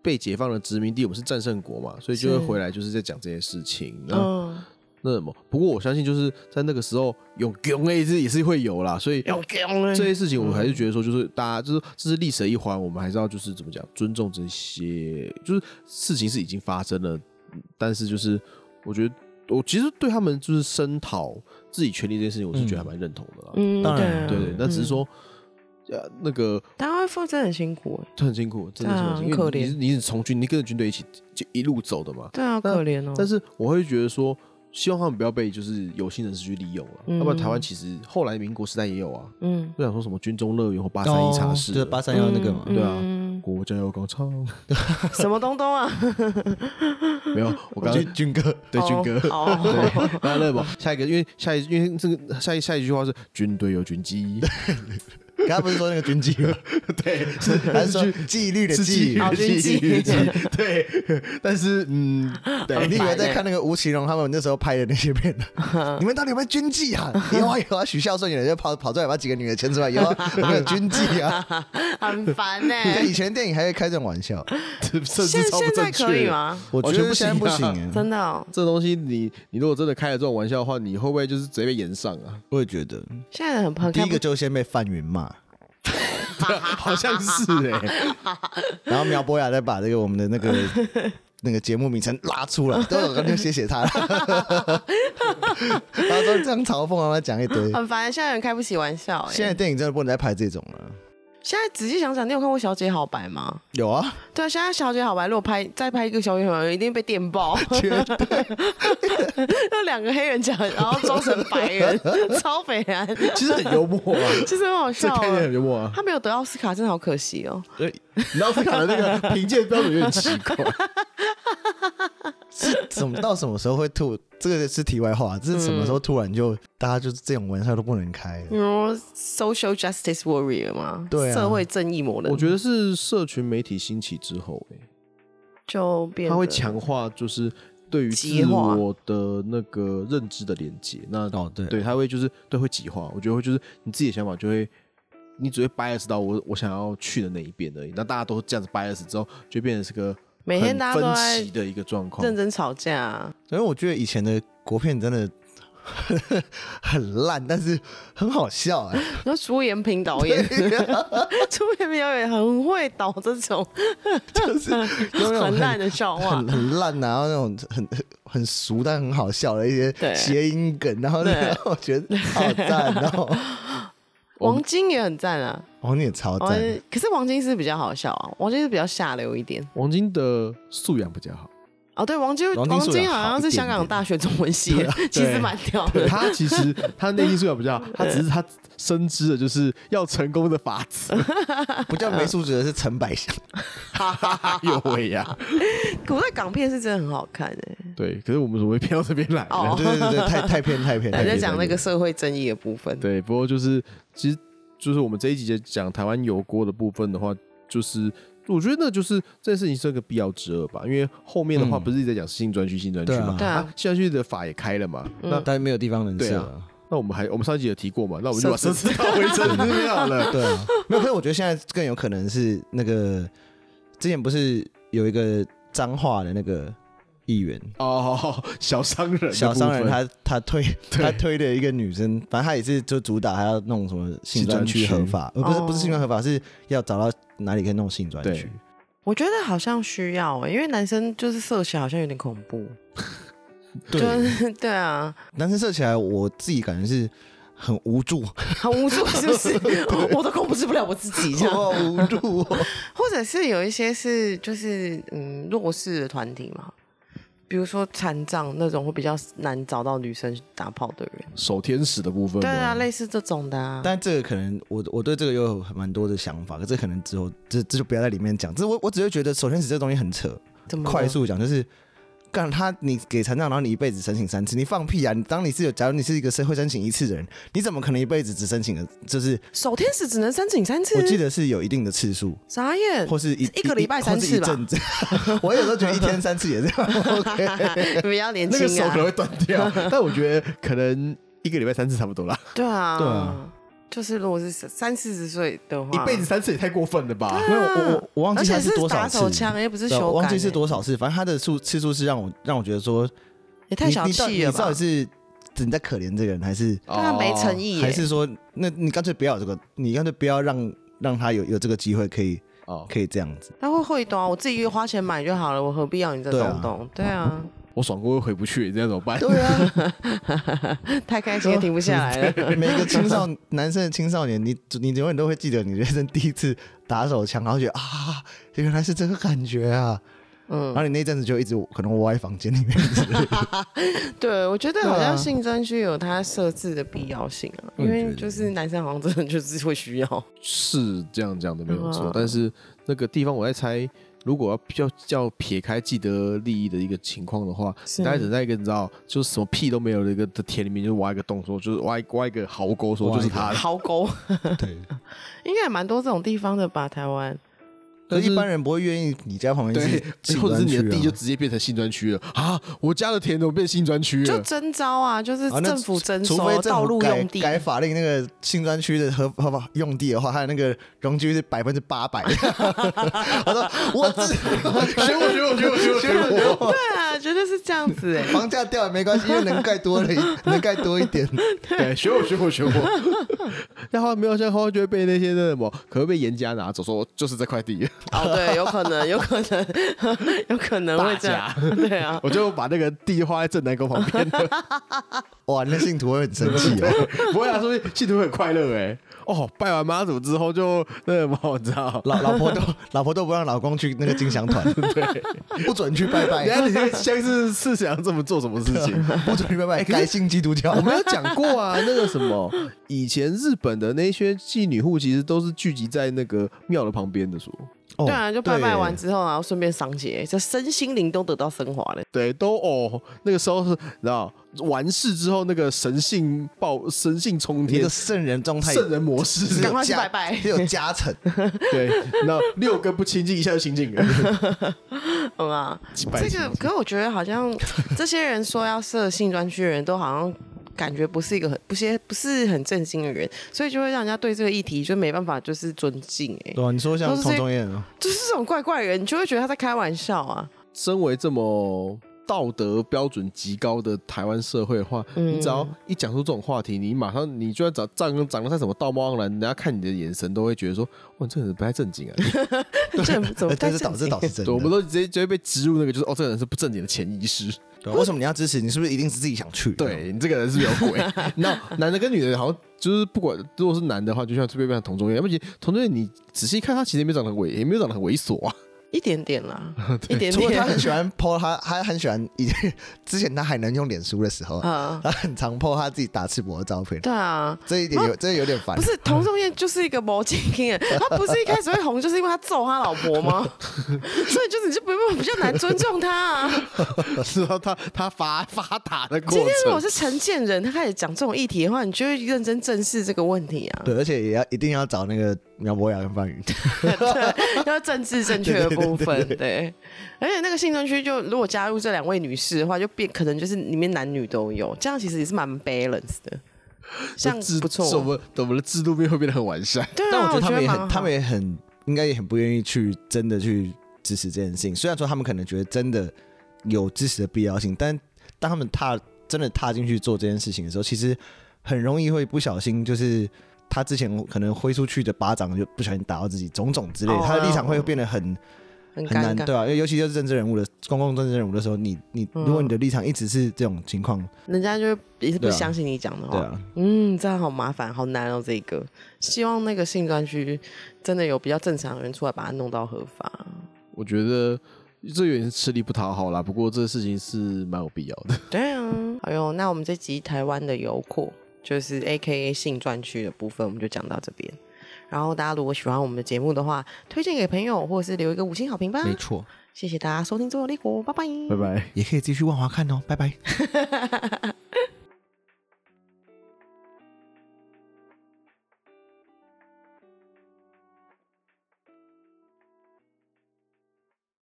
Speaker 3: 被解放的殖民地，我们是战胜国嘛，所以就会
Speaker 2: 是
Speaker 3: 回来就是在讲这些事情。那
Speaker 2: 嗯，
Speaker 3: 那什么，不过我相信就是在那个时候有勇 A 是也是会有啦，所以
Speaker 2: 有嗯用
Speaker 3: 这些事情我还是觉得说，就是大家就是这是历史的一环，我们还是要就是怎么讲，尊重这些，就是事情是已经发生了，但是就是我觉得我其实对他们就是声讨自己权利这件事情，我是觉得还蛮认同的啦。
Speaker 2: 嗯，
Speaker 1: 当然
Speaker 2: 啊
Speaker 3: 对对，那只是，说，呃，那
Speaker 2: 嗯
Speaker 3: 个
Speaker 2: 台湾妇真的很辛苦，
Speaker 3: 他很辛苦，真的是很辛苦，
Speaker 2: 对啊
Speaker 3: 因为你
Speaker 2: 很可
Speaker 3: 你你是从军，你跟着军队一起就一路走的嘛。
Speaker 2: 对啊，可怜哦。
Speaker 3: 但是我会觉得说，希望他们不要被就是有心人士去利用了，啊
Speaker 2: 嗯
Speaker 3: 要不然台湾其实后来民国时代也有啊，
Speaker 2: 嗯，
Speaker 3: 不想说什么军中乐园或八三一茶
Speaker 2: 哦
Speaker 3: 室，啊
Speaker 1: 就是八三幺那个嘛，
Speaker 2: 嗯
Speaker 3: 对啊
Speaker 2: 嗯
Speaker 3: 国家要广场，
Speaker 2: 什么东东啊？
Speaker 3: 没有，我刚
Speaker 1: 哦
Speaker 3: 刚
Speaker 1: 军军哥，
Speaker 3: 对军哥。
Speaker 2: 哦，哦
Speaker 3: 对，那 那不，下一个，因为下一，因为这个下一下一句话是军队有军机，
Speaker 1: 可他不是说那个军纪 吗？
Speaker 3: 对，
Speaker 1: 是还是说纪律的
Speaker 3: 是纪
Speaker 1: 纪
Speaker 3: 律？
Speaker 2: 哦军纪
Speaker 3: 律的纪对，但是嗯，对，
Speaker 1: 你以为
Speaker 2: 烦
Speaker 1: 在
Speaker 2: 欸
Speaker 1: 看那个吴奇隆他们那时候拍的那些 片呢？你们到底有没有军纪啊？有啊有啊，许孝顺也就跑跑出来把几个女的牵出来，有啊，我们有军纪 啊。
Speaker 4: 很烦 呢、
Speaker 1: 对以前电影还会开这种玩笑，
Speaker 3: 这甚
Speaker 2: 欸现
Speaker 3: 至超不
Speaker 2: 现在
Speaker 3: 正确
Speaker 2: 可以？吗？
Speaker 1: 我
Speaker 3: 完
Speaker 1: 觉
Speaker 3: 全
Speaker 1: 得现在不
Speaker 3: 不行啊
Speaker 1: 行欸，
Speaker 2: 真的、哦，
Speaker 3: 这东西你你如果真的开了这种玩笑的话，你会不会就是直接被延上啊？
Speaker 1: 我也觉得。
Speaker 2: 现在人很怕
Speaker 1: 第
Speaker 2: 看
Speaker 1: 一
Speaker 2: 不
Speaker 1: 个就先被范云 骂，
Speaker 3: 好像是 哎、
Speaker 1: 欸然后苗博雅再把这个我们的那 个那个节目名称拉出来，都有人就谢谢他了。 他说这样嘲讽，然后讲一堆。
Speaker 4: 很烦，现在人开不起玩笑、
Speaker 2: 哎
Speaker 4: 欸。
Speaker 1: 现在电影真的不能再拍这种了。
Speaker 2: 现在仔细想想，你有看过《小姐好白》 吗？
Speaker 1: 有啊，
Speaker 2: 对啊，现在《小姐好白》如果拍再拍一个《小姐好白》，一定被电爆。 那两个黑人讲，然后装成白人，超北然，
Speaker 3: 其实很幽默啊，
Speaker 2: 其实很好
Speaker 3: 这
Speaker 2: 笑
Speaker 3: 概念很
Speaker 2: 啊。
Speaker 3: 幽默啊。
Speaker 2: 他没有得奥斯卡，真的好可惜哦。
Speaker 3: 然后斯卡的那个评鉴标准有点奇怪，
Speaker 1: 怎么到什么时候会吐？这个是题外话，这是什么时候突然
Speaker 2: 嗯
Speaker 1: 就、大家就是这种玩笑都不能开了？
Speaker 2: 你说 social justice warrior 吗？
Speaker 1: 对啊
Speaker 2: 社会正义魔人。
Speaker 3: 我觉得是社群媒体兴起之后、欸，
Speaker 2: 就变得
Speaker 3: 它会强化就是对于自
Speaker 2: 极化
Speaker 3: 我的那个认知的连接。那
Speaker 1: 哦，对
Speaker 3: 对，它会就是对会极化，我觉得会就是你自己的想法就会，你只会 bias 到我我想要去的那一边而已。那大家都这样子 bias 之后，就变成是个
Speaker 2: 每天大家都
Speaker 3: 很
Speaker 2: 在
Speaker 3: 分歧的一个状况
Speaker 2: 认。真吵架啊。
Speaker 1: 所以我觉得以前的国片真的很烂，但是很好笑 哎、
Speaker 2: 然后朱延平导演， 朱延平导演很会导这种
Speaker 1: 有那种
Speaker 2: 很烂的笑话
Speaker 1: 很。很烂、啊，然后那种很很很俗但很好笑的一些
Speaker 2: 对
Speaker 1: 谐音梗，然后
Speaker 2: 对
Speaker 1: 然后我觉得好赞哦，
Speaker 2: 王晶也很赞啊，
Speaker 1: 哦你也超
Speaker 2: 王
Speaker 1: 赞，
Speaker 2: 晶可是王晶是比较好笑啊，王晶是比较下流一点。
Speaker 3: 王晶的素养比较好，
Speaker 2: 哦，对，王晶
Speaker 1: 王晶
Speaker 2: 王
Speaker 1: 素养
Speaker 2: 晶好
Speaker 1: 好
Speaker 2: 像
Speaker 1: 一
Speaker 2: 是
Speaker 1: 点
Speaker 2: 香港
Speaker 1: 点
Speaker 2: 大学中文系的， 其实蛮屌 的。
Speaker 3: 他其实他内心素养比较好，他只是他深知的就是要成功的 法则。
Speaker 1: 不叫
Speaker 2: 嗯
Speaker 1: 没素质的是陈百祥，
Speaker 3: 哎呦喂呀！
Speaker 2: 古代港片是真的很好看欸诶、
Speaker 3: 对，可是我们怎么会偏到这边来呢？
Speaker 2: 哦
Speaker 1: 对对对对，太太偏太偏，
Speaker 2: 还
Speaker 1: 太
Speaker 2: 在
Speaker 1: 偏
Speaker 2: 讲那个社会正义的部分。
Speaker 3: 对，不过就是其实就是我们这一集在讲台湾油锅的部分的话，就是我觉得那就是这件事情是个必要之二吧，因为后面的话
Speaker 1: 嗯
Speaker 3: 不是一直在讲新专区、新专区
Speaker 1: 对啊
Speaker 3: 嘛，
Speaker 2: 对啊
Speaker 3: 新专区的法也开了嘛，
Speaker 2: 嗯
Speaker 3: 那
Speaker 1: 但是没有地方能
Speaker 3: 对
Speaker 1: 设
Speaker 3: 啊
Speaker 1: 了。
Speaker 3: 那我们还我们上一集有提过嘛，那我们就把
Speaker 2: 奢
Speaker 3: 奢
Speaker 2: 侈
Speaker 3: 侈到回正这边好了。
Speaker 1: 对啊，没有。可是我觉得现在更有可能是那个之前不是有一个脏话的那个议员，
Speaker 3: 哦，小商人的部分，
Speaker 1: 小商人他他推
Speaker 3: 对
Speaker 1: 他推的一个女生，反正他也是就主打还要弄什么性专区合法，呃不是
Speaker 2: 哦
Speaker 1: 不是性专合法，是要找到哪里可以弄性专区
Speaker 3: 对。
Speaker 2: 我觉得好像需要、欸，因为男生就是色起来好像有点恐怖。就，是对啊，
Speaker 1: 男生射起来，我自己感觉是很无助，
Speaker 2: 很无助，是不是？我都控制不了我自己，这样。
Speaker 1: 好无助哦。
Speaker 2: 或者是有一些是就是嗯弱势的团体嘛，比如说残障那种会比较难找到女生打炮的人。
Speaker 3: 守天使的部分
Speaker 2: 对
Speaker 3: 吗，
Speaker 2: 啊，类似这种的啊。
Speaker 1: 但这个可能我我对这个又有蛮多的想法，可这可能之后这这就不要在里面讲。这我我只会觉得，首先是这东西很扯，
Speaker 2: 怎么了
Speaker 1: 快？速讲，就是干他，你给残障，然后你一辈子申请三次，你放屁啊！你当你是有，假如你是一个社会申请一次的人，你怎么可能一辈子只申请了？就是
Speaker 2: 守天使只能申请三次，
Speaker 1: 我记得是有一定的次数，
Speaker 2: 傻眼。
Speaker 1: 或嗯呃是一
Speaker 2: 一个礼拜三次吧。
Speaker 1: 或是一阵子 我有时候觉得一天三次也这样 OK。
Speaker 2: 比较年
Speaker 3: 那个
Speaker 2: 轻
Speaker 3: 手可能
Speaker 2: 啊，
Speaker 3: 会断 掉，但我觉得可能一个礼拜三次差不多啦，
Speaker 2: 对啊，
Speaker 1: 对啊，
Speaker 2: 就是如果是三三四十岁的话，
Speaker 3: 一辈子三次也太过分 了吧？
Speaker 1: 因为我 我我忘
Speaker 2: 而
Speaker 1: 记他
Speaker 2: 且是
Speaker 1: 多少
Speaker 2: 打
Speaker 1: 次，
Speaker 2: 手欸枪，又不是
Speaker 1: 对啊
Speaker 2: 修改、
Speaker 1: 我忘记是多少次，反正他的数次数是让我让我觉得说，
Speaker 2: 也
Speaker 1: 你
Speaker 2: 太小
Speaker 1: 你到
Speaker 2: 气
Speaker 1: 你
Speaker 2: 了
Speaker 1: 到
Speaker 2: 吧
Speaker 1: 底？是你在可怜这个人还是？
Speaker 3: 哦
Speaker 2: 对啊，没诚意耶，
Speaker 1: 还是说，那你干脆不要有这个，你干脆不要让让他有有这个机会可以
Speaker 3: 哦，
Speaker 1: 可以这样子。
Speaker 2: 那会会多啊，我自己花钱买就好了，我何必要你这
Speaker 1: 对啊
Speaker 2: 东东？对啊，
Speaker 3: 我爽过又回不去，这样怎么办？
Speaker 1: 对啊，
Speaker 2: 太开心也停不下来了。
Speaker 1: 每个青少男生的青少年，你你永远都会记得你人生第一次打手枪，然后觉得啊，原来是这个感觉啊，然
Speaker 2: 嗯，
Speaker 1: 后你那阵子就一直可能窝在房间里面，
Speaker 2: 对，我觉得好
Speaker 1: 对啊嗯
Speaker 2: 像性专区有它设置的必要性啊，
Speaker 1: 我
Speaker 2: 因
Speaker 1: 也觉得
Speaker 2: 为就是男生好像真的就是会需要。
Speaker 3: 是这样讲的没有错
Speaker 2: 嗯，
Speaker 3: 但是那个地方，我在猜，如果要要要撇开既得利益的一个情况的话，
Speaker 2: 是
Speaker 3: 大家只在一个你知道，就是什么屁都没有的一个的田里面，就挖一个洞说，就是挖一挖一个壕沟说，
Speaker 1: 挖一
Speaker 3: 就
Speaker 1: 个
Speaker 3: 是他。
Speaker 2: 壕沟，
Speaker 1: 对，
Speaker 2: 应该也蛮多这种地方的吧？台湾
Speaker 1: 可
Speaker 3: 但
Speaker 1: 是
Speaker 3: 是
Speaker 1: 一般人不会愿意你家旁边
Speaker 3: 对
Speaker 1: 是，
Speaker 3: 或者是你的
Speaker 2: 啊
Speaker 3: 地
Speaker 1: 景观区啊
Speaker 3: 就直接变成新专区了啊！我家的田怎么变新专区
Speaker 2: 就
Speaker 3: 了？
Speaker 2: 征招啊，就是
Speaker 1: 啊啊那
Speaker 2: 政府征
Speaker 1: 除
Speaker 2: 收
Speaker 1: 非政府
Speaker 2: 道路
Speaker 1: 改
Speaker 2: 用地，
Speaker 1: 改法令，那个新专区的合合法用地的话，它的那个容积率是百分之八百。 我说我自
Speaker 3: 学我学我学我学我学我！
Speaker 2: 对啊，绝对是这样 子哎、
Speaker 1: 房价掉也没关系，因为能盖多了一，能盖多一点。
Speaker 3: 对，学我学我学我。然后没有像后就会被那些那什么，可能被严家拿走，说就是这块地，
Speaker 2: 哦，对，有可能，有可能，有可能会这样，对啊，
Speaker 3: 我就把那个地划在正南宫旁 边了。
Speaker 1: 哇，那信徒会很生气哦。
Speaker 3: 不会啊，说不定信徒会很快乐哎、哦，拜完妈祖之后就那什么，你知道？
Speaker 1: 老老婆都 老婆都不让老公去那个金祥团， 对，不准去拜
Speaker 3: 等一下
Speaker 1: 拜，
Speaker 3: 你这个像是是想这么做什么事情？
Speaker 1: 不准去拜拜，
Speaker 3: 可是
Speaker 1: 改信基督教
Speaker 3: 我。没有讲过啊，那个什么，以前日本的那些妓女户其实都是聚集在那个庙的旁边的说，
Speaker 1: 哦
Speaker 2: 对啊，就拜拜完
Speaker 1: 对
Speaker 2: 之后，然后顺便赏解，这身心灵都得到升华了。
Speaker 3: 对，都哦，那个时候是，你知道完事之后那个神性爆，神性冲
Speaker 1: 你那
Speaker 3: 天
Speaker 1: 个，圣人状态，
Speaker 3: 圣人模式，
Speaker 4: 赶快去拜拜
Speaker 1: 只有加成。
Speaker 3: 对，然后六根不清净一下就清净了，
Speaker 2: 嗯啊，
Speaker 3: 几百
Speaker 2: 这
Speaker 3: 清
Speaker 2: 个，可我觉得好 像这些人说要设性专区的人都好像感觉不是一个很不些不是很正经的人，所以就会让人家对这个议题就没办法就是尊敬哎、
Speaker 1: 对啊，你说像
Speaker 2: 都是这
Speaker 1: 同中宴啊，
Speaker 2: 就是这种怪怪人，你就会觉得他在开玩笑 啊。
Speaker 3: 身为这么道德标准极高的台湾社会的话，
Speaker 2: 嗯
Speaker 3: 你只要一讲出这种话题，你马上你就算长长长得像什么道貌岸然，人家看你的眼神都会觉得说，哇，你这个人不太正经啊。
Speaker 2: 这怎么
Speaker 1: 呃
Speaker 2: 太
Speaker 1: 这是导
Speaker 2: 正
Speaker 1: 这
Speaker 2: 经
Speaker 1: 导是真
Speaker 3: 对，
Speaker 1: 的。
Speaker 3: 我们都直接直接被植入那个，就是哦，这个人是不正经的潜意识。
Speaker 1: 对啊为什么你要支持？你是不是一定是自己想去？
Speaker 2: 哦
Speaker 3: 对你这个人是不是有鬼？ 那男的跟女的好像就是不管，如果是男的话，就像特别像同中院，要不其实同中院你仔细看他其实也没有长得很猥，也没有长得很猥 琐啊。
Speaker 2: 一点点 啦，一点
Speaker 1: 除了他很
Speaker 2: 点
Speaker 1: 喜欢 PO，他他很喜欢以前之前他还能用脸书的时 候，
Speaker 2: 啊，
Speaker 1: 他很常 PO 他自己打赤膊的照片，
Speaker 2: 对啊。
Speaker 1: 这一点有这有点烦
Speaker 2: 不。是童仲彦就是一个魔精 人，他不是一开始会红，就是因为他揍他老婆吗？所以就是你就不比较难尊重他啊。
Speaker 3: 是啊，他他发发达的过
Speaker 2: 今
Speaker 3: 程。
Speaker 2: 天如果是陈建仁，他开始讲这种议题的话，你就会认真正视这个问题啊，
Speaker 1: 对，而且也要一定要找那个苗博雅跟范云，
Speaker 2: 要政治正确的部分。对，而且那个性专区就如果加入这两位女士的话，就变可能就是里面男女都有，这样其实也是蛮 balance 的，这
Speaker 1: 呃
Speaker 2: 样
Speaker 3: 制
Speaker 2: 不错。
Speaker 3: 我们我们的制度变会变得很完善。
Speaker 2: 对
Speaker 1: 但
Speaker 2: 啊，
Speaker 1: 我觉得他们也
Speaker 2: 蛮好
Speaker 1: 很，他们也很，应该也很不愿意去真的去支持这件事情。虽然说他们可能觉得真的有支持的必要性，但当他们踏真的踏进去做这件事情的时候，其实很容易会不小心就是。他之前可能挥出去的巴掌就不小心打到自己，种种之类的，
Speaker 2: 哦
Speaker 1: 他的立场会变得很
Speaker 2: 很
Speaker 1: 很难，
Speaker 2: 尴尬。嗯
Speaker 1: 对啊，因为尤其就是政治人物的公共政治人物的时候，你你如果你的立场一直是这种情况，
Speaker 2: 人家就会也是不
Speaker 1: 对啊
Speaker 2: 相信你讲的话。
Speaker 1: 对啊，
Speaker 2: 嗯，这样好麻烦，好难哦。这一个，希望那个性专区真的有比较正常的人出来把它弄到合法。
Speaker 3: 我觉得这有点是吃力不讨好啦，不过这个事情是蛮有必要 的。
Speaker 2: 对啊，哎呦，那我们这集台湾的游廓就是 A K A 性专区的部分，我们就讲到这边。然后大家如果喜欢我们的节目的话，推荐给朋友，或者是留一个五星好评吧。
Speaker 1: 错，
Speaker 2: 谢谢大家收听《中有立国》，拜拜，
Speaker 3: 拜拜。
Speaker 1: 也可以继续万华看哦，拜拜。